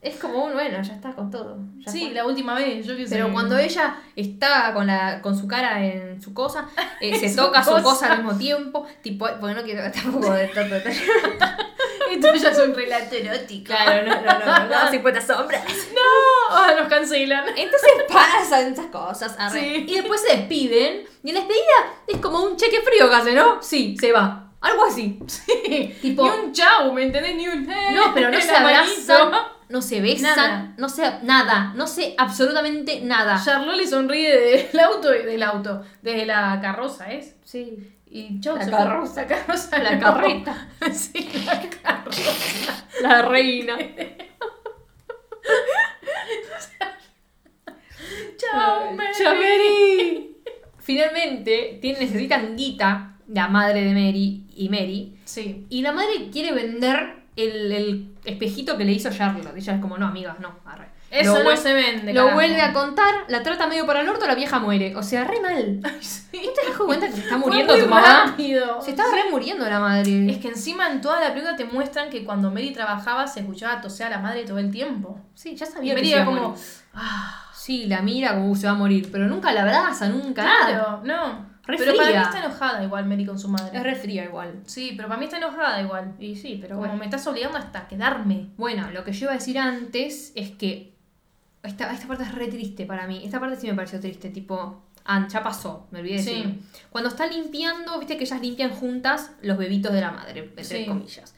Speaker 1: Es como un, bueno, ya está con todo. ya
Speaker 2: sí,
Speaker 1: fue.
Speaker 2: la última vez, yo qué sé.
Speaker 1: Pero cuando ella está con, la, con su cara en su cosa, eh, se
Speaker 2: Su
Speaker 1: toca su
Speaker 2: cosa.
Speaker 1: cosa al mismo tiempo, tipo, porque no quiero tampoco de tanto detalle.
Speaker 2: Esto ya es un relato erótico.
Speaker 1: Claro, no, no, no, no, no, 50 sombras.
Speaker 2: Ah, nos cancelan.
Speaker 1: Entonces pasan esas cosas, arre.
Speaker 2: Sí.
Speaker 1: Y después se despiden, y en la despedida es como un cheque frío que hace, ¿no? Sí, se va. Algo así. Tipo-
Speaker 2: Ni un chau, ¿me entendés? Ni un. eh,
Speaker 1: No, pero no
Speaker 2: el
Speaker 1: se abrazan,
Speaker 2: amarito.
Speaker 1: no se besan,
Speaker 2: Nada.
Speaker 1: no sé nada, no sé absolutamente nada.
Speaker 2: Charlotte le sonríe del auto, del auto, desde la carroza, ¿es?
Speaker 1: Sí.
Speaker 2: Y chau,
Speaker 1: La
Speaker 2: se
Speaker 1: carroza.
Speaker 2: fue. la carroza,
Speaker 1: La
Speaker 2: no.
Speaker 1: carreta.
Speaker 2: sí, la carroza.
Speaker 1: La reina.
Speaker 2: chau, Mary.
Speaker 1: Chao, Mary. Finalmente tienen- necesitan guita, la madre de Mary y Mary.
Speaker 2: Sí.
Speaker 1: Y la madre quiere vender el, el espejito que le hizo Charlotte. Ella es como, no, amiga, no. arre".
Speaker 2: Eso
Speaker 1: lo
Speaker 2: no
Speaker 1: vuel-
Speaker 2: se vende.
Speaker 1: lo
Speaker 2: carajo.
Speaker 1: vuelve a contar, la trata medio para el orto, la vieja muere. O sea, re mal.
Speaker 2: Ay, sí.
Speaker 1: ¿No te das cuenta que se está
Speaker 2: Fue
Speaker 1: muriendo
Speaker 2: muy
Speaker 1: tu mamá?
Speaker 2: rápido.
Speaker 1: Se estaba re muriendo la madre.
Speaker 2: Es que encima en toda la película te muestran que cuando Mary trabajaba se escuchaba toser a la madre todo el tiempo.
Speaker 1: Sí, ya
Speaker 2: Y
Speaker 1: sabía que
Speaker 2: Mary
Speaker 1: se iba
Speaker 2: era
Speaker 1: a
Speaker 2: como,
Speaker 1: morir. Sí, la mira como "Uh, se va a morir, pero nunca la abraza, nunca nada.
Speaker 2: claro, no.
Speaker 1: Re
Speaker 2: pero para
Speaker 1: fría.
Speaker 2: mí está enojada igual Mary con su madre.
Speaker 1: Es re fría igual.
Speaker 2: Sí, pero para mí está enojada igual.
Speaker 1: Y sí, pero
Speaker 2: Como me estás obligando hasta quedarme.
Speaker 1: Bueno, lo que yo iba a decir antes es que esta, esta parte es re triste para mí. Esta parte sí me pareció triste, tipo, ah, ya pasó, me olvidé de
Speaker 2: Sí.
Speaker 1: decir. Cuando está limpiando, viste que ellas limpian juntas los bebitos de la madre, entre
Speaker 2: Sí.
Speaker 1: comillas.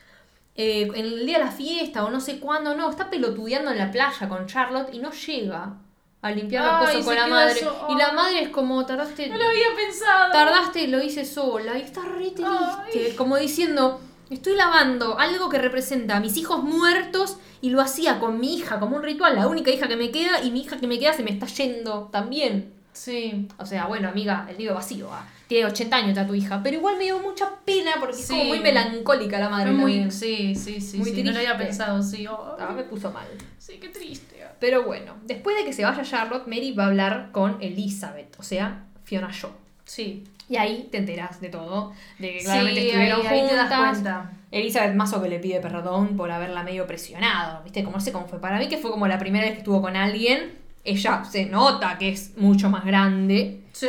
Speaker 1: Eh, en el día de la fiesta o no sé cuándo, no, está pelotudeando en la playa con Charlotte y no llega a limpiar las
Speaker 2: Ay,
Speaker 1: cosas
Speaker 2: se
Speaker 1: con la
Speaker 2: queda
Speaker 1: madre.
Speaker 2: so-
Speaker 1: Y la madre es como, tardaste...
Speaker 2: No lo había pensado.
Speaker 1: Tardaste y lo hice sola. Y está re triste.
Speaker 2: Ay.
Speaker 1: Como diciendo, estoy lavando algo que representa a mis hijos muertos y lo hacía con mi hija, como un ritual. La única hija que me queda y mi hija que me queda se me está yendo también.
Speaker 2: Sí.
Speaker 1: O sea, bueno, amiga, el lío vacío. ah, Tiene 80 años ya tu hija. Pero igual me dio mucha pena porque es como
Speaker 2: Sí.
Speaker 1: muy melancólica la madre.
Speaker 2: Fue muy,
Speaker 1: también.
Speaker 2: sí, sí, sí,
Speaker 1: Muy
Speaker 2: sí, No lo había
Speaker 1: triste.
Speaker 2: pensado, sí. Oh,
Speaker 1: Ah, me puso mal.
Speaker 2: sí, qué triste.
Speaker 1: Pero bueno, después de que se vaya Charlotte, Mary va a hablar con Elizabeth, o sea, Fiona Shaw.
Speaker 2: Sí.
Speaker 1: Y ahí te enterás de todo, de que
Speaker 2: Sí,
Speaker 1: claramente
Speaker 2: ahí-
Speaker 1: estuvieron
Speaker 2: ahí te das
Speaker 1: juntas.
Speaker 2: cuenta.
Speaker 1: Elizabeth Mazo que le pide perdón por haberla medio presionado, ¿viste? Como no sé cómo fue. Para mí que fue como la primera vez que estuvo con alguien, ella se nota que es mucho más grande.
Speaker 2: Sí.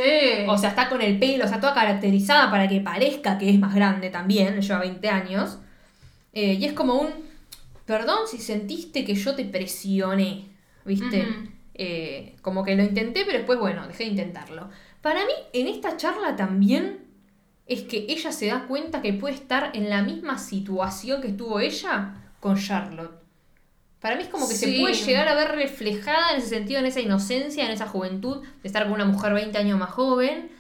Speaker 1: O sea, está con el pelo, o sea, toda caracterizada para que parezca que es más grande también, le lleva 20 años. Eh, y es como un, perdón si sentiste que yo te presioné, ¿viste?
Speaker 2: Ujú.
Speaker 1: Eh, como que lo intenté, pero después, bueno, dejé de intentarlo. Para mí, en esta charla también es que ella se da cuenta que puede estar en la misma situación que estuvo ella con Charlotte. Para mí es como que se
Speaker 2: Sí.
Speaker 1: puede llegar a ver reflejada en ese sentido, en esa inocencia, en esa juventud de estar con una mujer 20 años más joven,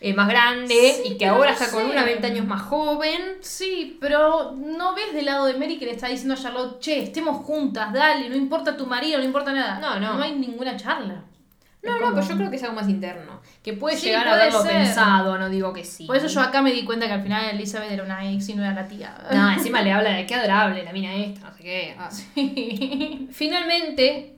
Speaker 1: eh, más grande,
Speaker 2: Sí,
Speaker 1: y que
Speaker 2: pero
Speaker 1: ahora
Speaker 2: no
Speaker 1: está con
Speaker 2: sé.
Speaker 1: una 20 años más joven.
Speaker 2: Sí, pero no ves del lado de Mary que le está diciendo a Charlotte, che, estemos juntas, dale, no importa tu marido, no importa nada.
Speaker 1: No, no.
Speaker 2: No hay ninguna charla.
Speaker 1: No,
Speaker 2: Es
Speaker 1: no,
Speaker 2: como-
Speaker 1: pero yo creo que es algo más interno. Que puede
Speaker 2: Sí,
Speaker 1: llegar a
Speaker 2: puede
Speaker 1: haberlo
Speaker 2: ser.
Speaker 1: pensado, no digo que sí.
Speaker 2: Por eso yo acá me di cuenta que al final Elizabeth era una ex y no era la tía.
Speaker 1: No, encima le habla de qué adorable la mina esta, no sé qué. Ah.
Speaker 2: sí.
Speaker 1: Finalmente,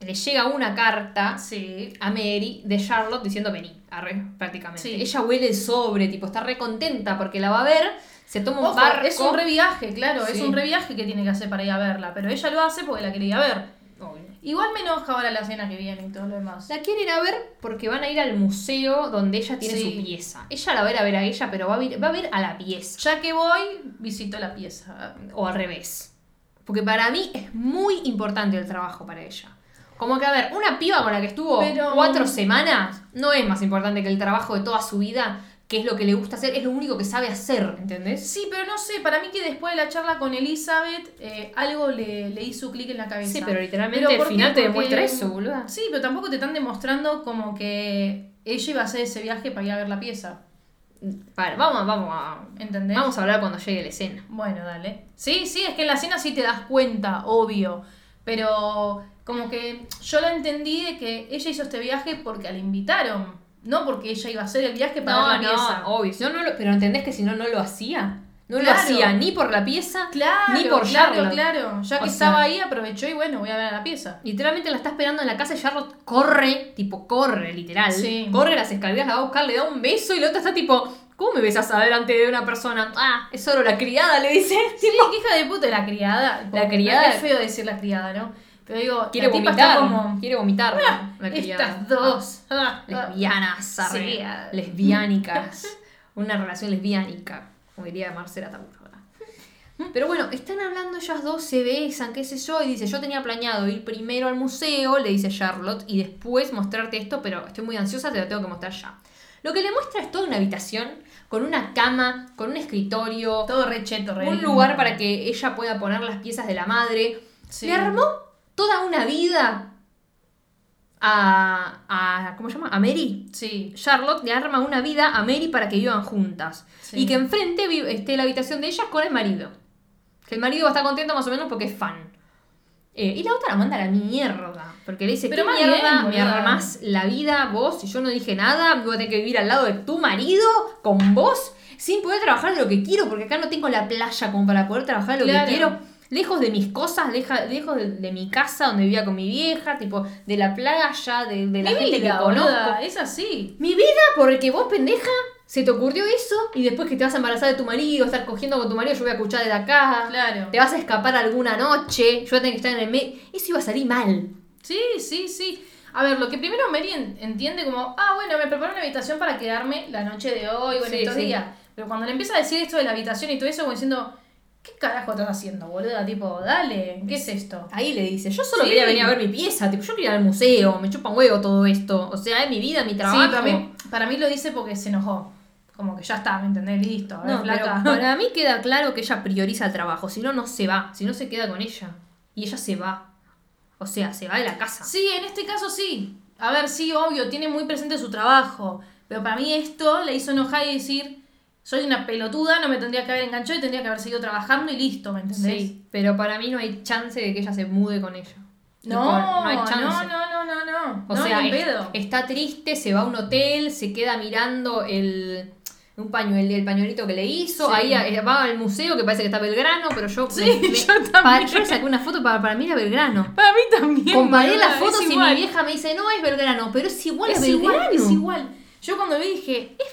Speaker 1: le llega una carta
Speaker 2: Sí.
Speaker 1: a Mary de Charlotte diciendo vení, arre, prácticamente.
Speaker 2: Sí.
Speaker 1: Ella huele el sobre, tipo, está re contenta porque la va a ver, se toma un
Speaker 2: Ojo,
Speaker 1: barco.
Speaker 2: es un reviaje, claro, es
Speaker 1: Sí.
Speaker 2: un reviaje que tiene que hacer para ir a verla, pero ella lo hace porque la quería ver.
Speaker 1: Obvio.
Speaker 2: Igual me enoja ahora la cena que viene y todo lo demás.
Speaker 1: La quieren ir a ver porque van a ir al museo donde ella tiene
Speaker 2: Sí.
Speaker 1: su pieza. Ella la va a ir a ver a ella, pero va a ir, va a, ver a la pieza.
Speaker 2: Ya que voy, visito la pieza.
Speaker 1: O al revés. Porque para mí es muy importante el trabajo para ella. Como que, a ver, una piba con la que estuvo
Speaker 2: Pero-
Speaker 1: cuatro semanas no es más importante que el trabajo de toda su vida, que es lo que le gusta hacer, es lo único que sabe hacer, ¿entendés?
Speaker 2: Sí, pero no sé, para mí que después de la charla con Elizabeth, eh, algo le, le hizo clic en la cabeza.
Speaker 1: Sí, pero literalmente
Speaker 2: ¿por
Speaker 1: al
Speaker 2: qué?
Speaker 1: final te
Speaker 2: Porque-
Speaker 1: demuestra eso, boluda.
Speaker 2: Sí, pero tampoco te están demostrando como que ella iba a hacer ese viaje para ir a ver la pieza.
Speaker 1: Para, vamos, vamos a.
Speaker 2: ¿Entendés?
Speaker 1: Vamos a hablar cuando llegue la escena.
Speaker 2: Bueno, dale. Sí, sí, es que en la cena sí te das cuenta, obvio. Pero como que yo la entendí de que ella hizo este viaje porque la invitaron. No porque ella iba a hacer el viaje para ver la pieza.
Speaker 1: obvio. si no, no lo- pero entendés que si no, no lo hacía. No lo
Speaker 2: Claro.
Speaker 1: hacía ni por la pieza,
Speaker 2: Claro,
Speaker 1: ni por
Speaker 2: claro,
Speaker 1: Charlotte.
Speaker 2: claro. Ya que
Speaker 1: O sea-
Speaker 2: estaba ahí, aprovechó y bueno, voy a ver a la pieza.
Speaker 1: Literalmente la está esperando en la casa y Charlotte corre, tipo corre, literal.
Speaker 2: Sí.
Speaker 1: Corre las escaleras, la va a buscar, le da un beso y la otra está tipo, ¿cómo me besas adelante de una persona? Ah, es solo la criada, le dice.
Speaker 2: Sí, qué hija de puta la criada.
Speaker 1: La criada-
Speaker 2: Es feo decir la criada, ¿no? Pero digo,
Speaker 1: Quiere
Speaker 2: la tipa
Speaker 1: vomitar,
Speaker 2: está como.
Speaker 1: quiere vomitar.
Speaker 2: "Ah,
Speaker 1: la criada.
Speaker 2: estas dos. ah, ah".
Speaker 1: lesbianas, arre,
Speaker 2: Sí, ah.
Speaker 1: lesbiánicas, una relación lesbiánica, como diría Marcela Tabur. Pero bueno, están hablando ellas dos, se besan, qué sé yo, y dice, yo tenía planeado ir primero al museo, le dice Charlotte, y después mostrarte esto, pero estoy muy ansiosa, te lo tengo que mostrar ya. Lo que le muestra es toda una habitación, con una cama, con un escritorio,
Speaker 2: Todo recheto, re
Speaker 1: un
Speaker 2: lindo.
Speaker 1: lugar para que ella pueda poner las piezas de la madre.
Speaker 2: Sí.
Speaker 1: Le armó toda una vida a, a- ¿Cómo se llama? A Mary.
Speaker 2: Sí.
Speaker 1: Charlotte le arma una vida a Mary para que vivan juntas.
Speaker 2: Sí.
Speaker 1: Y que enfrente vi- esté la habitación de ellas con el marido. Que el marido va a estar contento más o menos porque es fan. Eh, y la otra la manda a la mierda. Porque le dice,
Speaker 2: Pero
Speaker 1: ¿qué
Speaker 2: más
Speaker 1: mierda
Speaker 2: bien,
Speaker 1: me
Speaker 2: boluda.
Speaker 1: armás la vida vos? Si yo no dije nada, voy a tener que vivir al lado de tu marido, con vos, sin poder trabajar de lo que quiero, porque acá no tengo la playa como para poder trabajar de lo
Speaker 2: Claro.
Speaker 1: que quiero. Lejos de mis cosas, leja- lejos de, de mi casa donde vivía con mi vieja, tipo, de la playa, de, de la
Speaker 2: Mi
Speaker 1: gente
Speaker 2: vida,
Speaker 1: que conozco.
Speaker 2: boluda, Es así.
Speaker 1: Mi vida, porque vos, pendeja, se te ocurrió eso y después que te vas a embarazar de tu marido, estar cogiendo con tu marido, yo voy a escuchar desde acá.
Speaker 2: Claro.
Speaker 1: Te vas a escapar alguna noche, yo voy a tener que estar en el medio. Eso iba a salir mal.
Speaker 2: Sí, sí, sí. A ver, lo que primero Mary en- entiende como, ah, bueno, me preparo una habitación para quedarme la noche de hoy o en
Speaker 1: Sí,
Speaker 2: estos
Speaker 1: sí.
Speaker 2: días. Pero cuando le empieza a decir esto de la habitación y todo eso, como diciendo, ¿qué carajo estás haciendo, boluda? Tipo, dale, ¿qué es esto?
Speaker 1: Ahí le dice, yo solo
Speaker 2: Sí.
Speaker 1: quería venir a ver mi pieza, tipo, yo quería ir al museo, me chupa un huevo todo esto. O sea, es mi vida, mi trabajo.
Speaker 2: Sí, para mí, para mí lo dice porque se enojó. Como que ya está, ¿me entendés? Listo, a ver,
Speaker 1: No, pero
Speaker 2: flaca.
Speaker 1: para mí queda claro que ella prioriza el trabajo, si no, no se va, si no se queda con ella. Y ella se va. O sea, se va de la casa.
Speaker 2: Sí, en este caso sí. A ver, sí, obvio, tiene muy presente su trabajo. Pero para mí esto le hizo enojar y decir, soy una pelotuda, no me tendría que haber enganchado y tendría que haber seguido trabajando y listo, ¿me entendés?
Speaker 1: Sí, pero para mí no hay chance de que ella se mude con ella.
Speaker 2: No,
Speaker 1: Tipo,
Speaker 2: no, no, no, no, no.
Speaker 1: O
Speaker 2: No,
Speaker 1: sea,
Speaker 2: ni en
Speaker 1: es-
Speaker 2: pedo.
Speaker 1: está triste, se va a un hotel, se queda mirando el un pañuel, el pañuelito que le hizo,
Speaker 2: Sí.
Speaker 1: ahí eh, va al museo que parece que está Belgrano, pero yo,
Speaker 2: Sí,
Speaker 1: me- me-
Speaker 2: yo
Speaker 1: pa-
Speaker 2: también.
Speaker 1: yo le saqué una foto para, para mí era Belgrano.
Speaker 2: Para mí también.
Speaker 1: Comparé
Speaker 2: boluda,
Speaker 1: las
Speaker 2: es
Speaker 1: fotos y mi
Speaker 2: igual.
Speaker 1: vieja me dice, no es Belgrano, pero es igual a
Speaker 2: Es
Speaker 1: Belgrano.
Speaker 2: igual, es igual. Yo cuando vi dije, es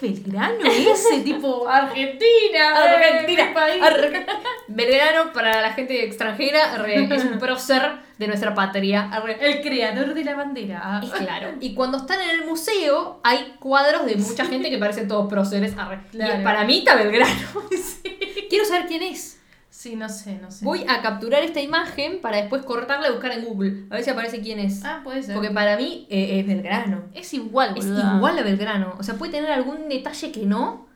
Speaker 2: Belgrano ese tipo Argentina, eh,
Speaker 1: Argentina,
Speaker 2: mi país.
Speaker 1: Arre- Belgrano, para la gente extranjera, arre, es un prócer de nuestra patria. arre.
Speaker 2: el creador de la bandera. Ah.
Speaker 1: Y claro. Y cuando están en el museo, hay cuadros de mucha gente que parecen todos próceres. arre. Y
Speaker 2: Claro.
Speaker 1: es para mí está Belgrano. Quiero saber quién es.
Speaker 2: Sí, no sé, no sé.
Speaker 1: Voy a capturar esta imagen para después cortarla y buscar en Google. A ver si aparece quién es.
Speaker 2: Ah, puede ser.
Speaker 1: Porque para mí eh, es Belgrano.
Speaker 2: es igual,
Speaker 1: Es
Speaker 2: boluda.
Speaker 1: igual a Belgrano. O sea, puede tener algún detalle que no,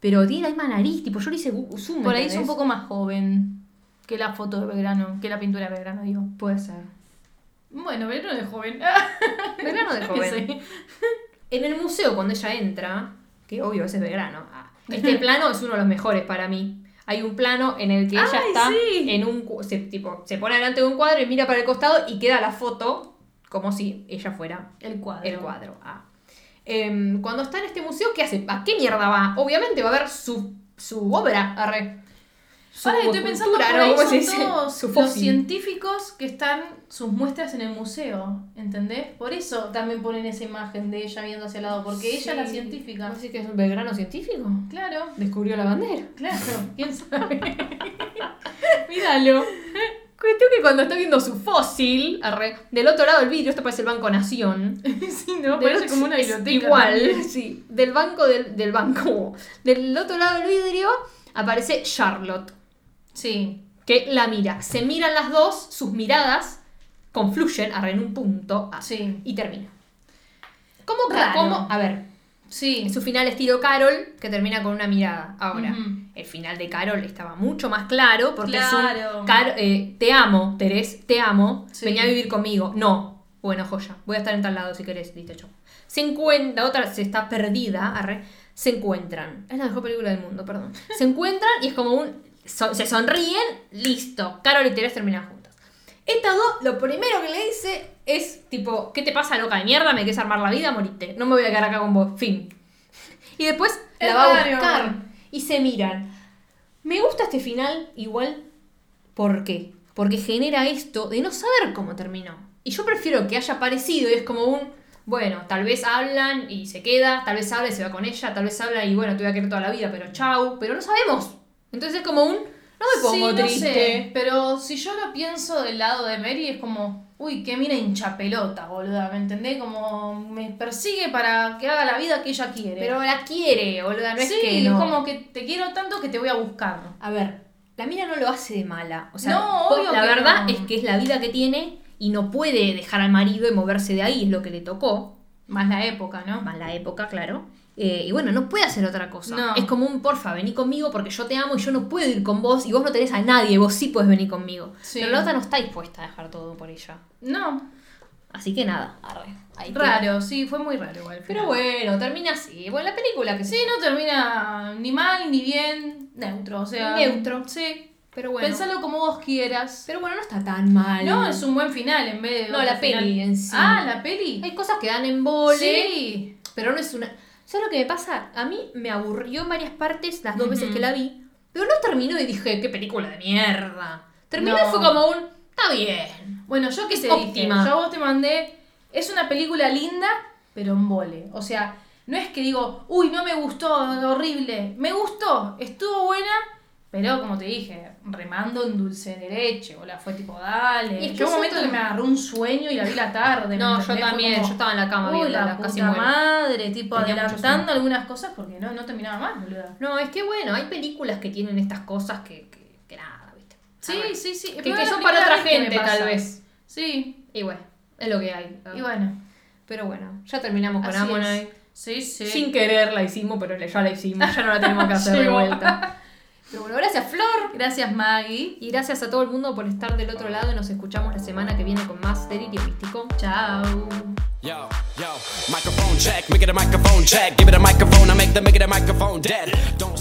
Speaker 1: pero tiene la misma nariz. Tipo, yo le hice gu- zoom.
Speaker 2: Por ahí es un
Speaker 1: ¿entendés?
Speaker 2: poco más joven que la foto de Belgrano, que la pintura de Belgrano, digo.
Speaker 1: Puede ser.
Speaker 2: Bueno, Belgrano de joven.
Speaker 1: Belgrano de
Speaker 2: Yo qué
Speaker 1: joven.
Speaker 2: sé.
Speaker 1: En el museo, cuando ella entra, que obvio ese es Belgrano, ah, este plano es uno de los mejores para mí. Hay un plano en el que ella
Speaker 2: Ay,
Speaker 1: está
Speaker 2: sí.
Speaker 1: en un cu- se, tipo, se pone delante de un cuadro y mira para el costado y queda la foto como si ella fuera
Speaker 2: El cuadro.
Speaker 1: el cuadro. ah. Em, cuando está en este museo, ¿qué hace? ¿A qué mierda va? Obviamente va a ver su, su obra. Arre. Su
Speaker 2: Ahora que estoy pensando, por
Speaker 1: escultura, ¿no?
Speaker 2: ahí
Speaker 1: ¿Cómo se
Speaker 2: son
Speaker 1: dice?
Speaker 2: todos
Speaker 1: Su
Speaker 2: los
Speaker 1: fósil.
Speaker 2: científicos que están sus muestras en el museo, ¿entendés? Por eso también ponen esa imagen de ella viendo hacia el lado, porque ella es la
Speaker 1: Sí.
Speaker 2: científica.
Speaker 1: ¿Vos decís que es un Belgrano científico?
Speaker 2: Claro,
Speaker 1: Descubrió la bandera.
Speaker 2: claro, quién sabe. Míralo.
Speaker 1: Cuestión que cuando está viendo su fósil, arre, del otro lado del vidrio, esto parece el Banco Nación.
Speaker 2: sí, no,
Speaker 1: Del
Speaker 2: parece
Speaker 1: otro-
Speaker 2: como una
Speaker 1: es
Speaker 2: biblioteca.
Speaker 1: Igual, sí. Del banco del, del banco. Del otro lado del vidrio aparece Charlotte,
Speaker 2: Sí.
Speaker 1: que la mira. Se miran las dos, sus miradas confluyen, arre, en un punto, así,
Speaker 2: Sí.
Speaker 1: y termina. ¿Cómo, ca-
Speaker 2: Raro.
Speaker 1: cómo- A ver,
Speaker 2: Sí.
Speaker 1: su final es tiro Carol, que termina con una mirada. Ahora,
Speaker 2: Ujú.
Speaker 1: el final de Carol estaba mucho más claro, porque es
Speaker 2: Claro.
Speaker 1: un. Car- eh, te amo, Terés, te amo.
Speaker 2: Sí.
Speaker 1: Venía a vivir conmigo. No. Bueno, joya. Voy a estar en tal lado si querés, listo, chau. Se encuentra, otra se está perdida, arre, se encuentran. Es la mejor película del mundo, perdón. Se encuentran y es como un. so- se sonríen, listo. Carol y Terés terminan juntas. Estas dos, lo primero que le dice es tipo, ¿qué te pasa, loca de mierda? ¿Me querés armar la vida? Moriste. No me voy a quedar acá con vos. Fin. Y después
Speaker 2: Es
Speaker 1: la va a
Speaker 2: raro.
Speaker 1: buscar. Y se miran. Me gusta este final igual. ¿Por qué? Porque genera esto de no saber cómo terminó. Y yo prefiero que haya aparecido y es como un, bueno, tal vez hablan y se queda, tal vez habla y se va con ella, tal vez habla y bueno, te voy a querer toda la vida, pero chau, pero no sabemos. Entonces es como un, no me pongo
Speaker 2: sí,
Speaker 1: triste.
Speaker 2: No sé, pero si yo lo pienso del lado de Mary, es como, uy, qué mina hinchapelota, boluda, ¿me entendés? Como me persigue para que haga la vida que ella quiere.
Speaker 1: Pero la quiere, boluda, no
Speaker 2: sí,
Speaker 1: es que no.
Speaker 2: como que te quiero tanto que te voy a buscar.
Speaker 1: A ver, la mina no lo hace de mala. O sea,
Speaker 2: No,
Speaker 1: po-
Speaker 2: obvio
Speaker 1: la
Speaker 2: que
Speaker 1: verdad
Speaker 2: no.
Speaker 1: es que es la vida que tiene y no puede dejar al marido y moverse de ahí, es lo que le tocó.
Speaker 2: Más la época, ¿no?
Speaker 1: Más la época, claro. Eh, y bueno, no puede hacer otra cosa.
Speaker 2: No.
Speaker 1: Es como un porfa, vení conmigo porque yo te amo y yo no puedo ir con vos y vos no tenés a nadie, vos sí puedes venir conmigo.
Speaker 2: Sí.
Speaker 1: Pero la otra no está dispuesta a dejar todo por ella.
Speaker 2: No,
Speaker 1: Así que nada, arre. Ahí queda.
Speaker 2: raro, sí, fue muy raro igual. al
Speaker 1: Pero
Speaker 2: final.
Speaker 1: bueno, termina así. Bueno, la película que
Speaker 2: Sí, no termina ni mal ni bien, neutro, o sea.
Speaker 1: Neutro.
Speaker 2: Sí.
Speaker 1: Pero bueno.
Speaker 2: Pensalo como vos quieras.
Speaker 1: Pero bueno, no está tan mal.
Speaker 2: No, es un buen final en vez de.
Speaker 1: No,
Speaker 2: otro
Speaker 1: la peli
Speaker 2: final.
Speaker 1: en sí.
Speaker 2: Ah, la peli.
Speaker 1: Hay cosas que dan en vole.
Speaker 2: Sí.
Speaker 1: Pero no es una. ¿Sabes lo que me pasa? A mí me aburrió en varias partes las dos veces
Speaker 2: Ujú.
Speaker 1: que la vi. Pero no terminó y dije, qué película de mierda. Terminó y
Speaker 2: No.
Speaker 1: fue como un. Está bien.
Speaker 2: Bueno, yo que
Speaker 1: Es
Speaker 2: te
Speaker 1: óptima.
Speaker 2: dije, yo a vos te mandé, es una película linda, pero en vole. O sea, no es que digo, uy, no me gustó, horrible. Me gustó, estuvo buena, pero como te dije, remando en dulce de leche, o la fue tipo, dale.
Speaker 1: Y es que
Speaker 2: yo un
Speaker 1: es
Speaker 2: momento
Speaker 1: otro-
Speaker 2: que me agarró un sueño y la vi la tarde.
Speaker 1: No,
Speaker 2: ¿me
Speaker 1: yo
Speaker 2: entendés? Fue
Speaker 1: también, yo estaba en la cama
Speaker 2: uy,
Speaker 1: viéndola,
Speaker 2: la
Speaker 1: casi
Speaker 2: puta
Speaker 1: muero.
Speaker 2: madre, tipo,
Speaker 1: Tenía mucho Ah,
Speaker 2: adelantando algunas cosas porque no, no terminaba más, boluda.
Speaker 1: No, es que bueno, hay películas que tienen estas cosas que, que, que nada, ¿viste?
Speaker 2: Sí,
Speaker 1: Nada.
Speaker 2: sí, sí.
Speaker 1: Que,
Speaker 2: pero
Speaker 1: que
Speaker 2: es la
Speaker 1: son para
Speaker 2: primera
Speaker 1: otra
Speaker 2: vez que me
Speaker 1: gente,
Speaker 2: pasa.
Speaker 1: tal vez. Ah.
Speaker 2: Sí,
Speaker 1: Y bueno, es lo que hay.
Speaker 2: y bueno.
Speaker 1: Pero bueno, ya terminamos con
Speaker 2: así es.
Speaker 1: Ammonite.
Speaker 2: Sí, sí.
Speaker 1: Sin querer la hicimos, pero ya la hicimos, ya no la tenemos que hacer de
Speaker 2: Llegó.
Speaker 1: vuelta. Pero bueno, gracias Flor.
Speaker 2: Gracias, Maggie.
Speaker 1: Y gracias a todo el mundo por estar del otro lado y nos escuchamos la semana que viene con más Delirio Místico.
Speaker 2: Chao.
Speaker 3: Yo, yo, microphone check, make it a microphone check, give it a microphone, I make the make it a microphone dead. Don't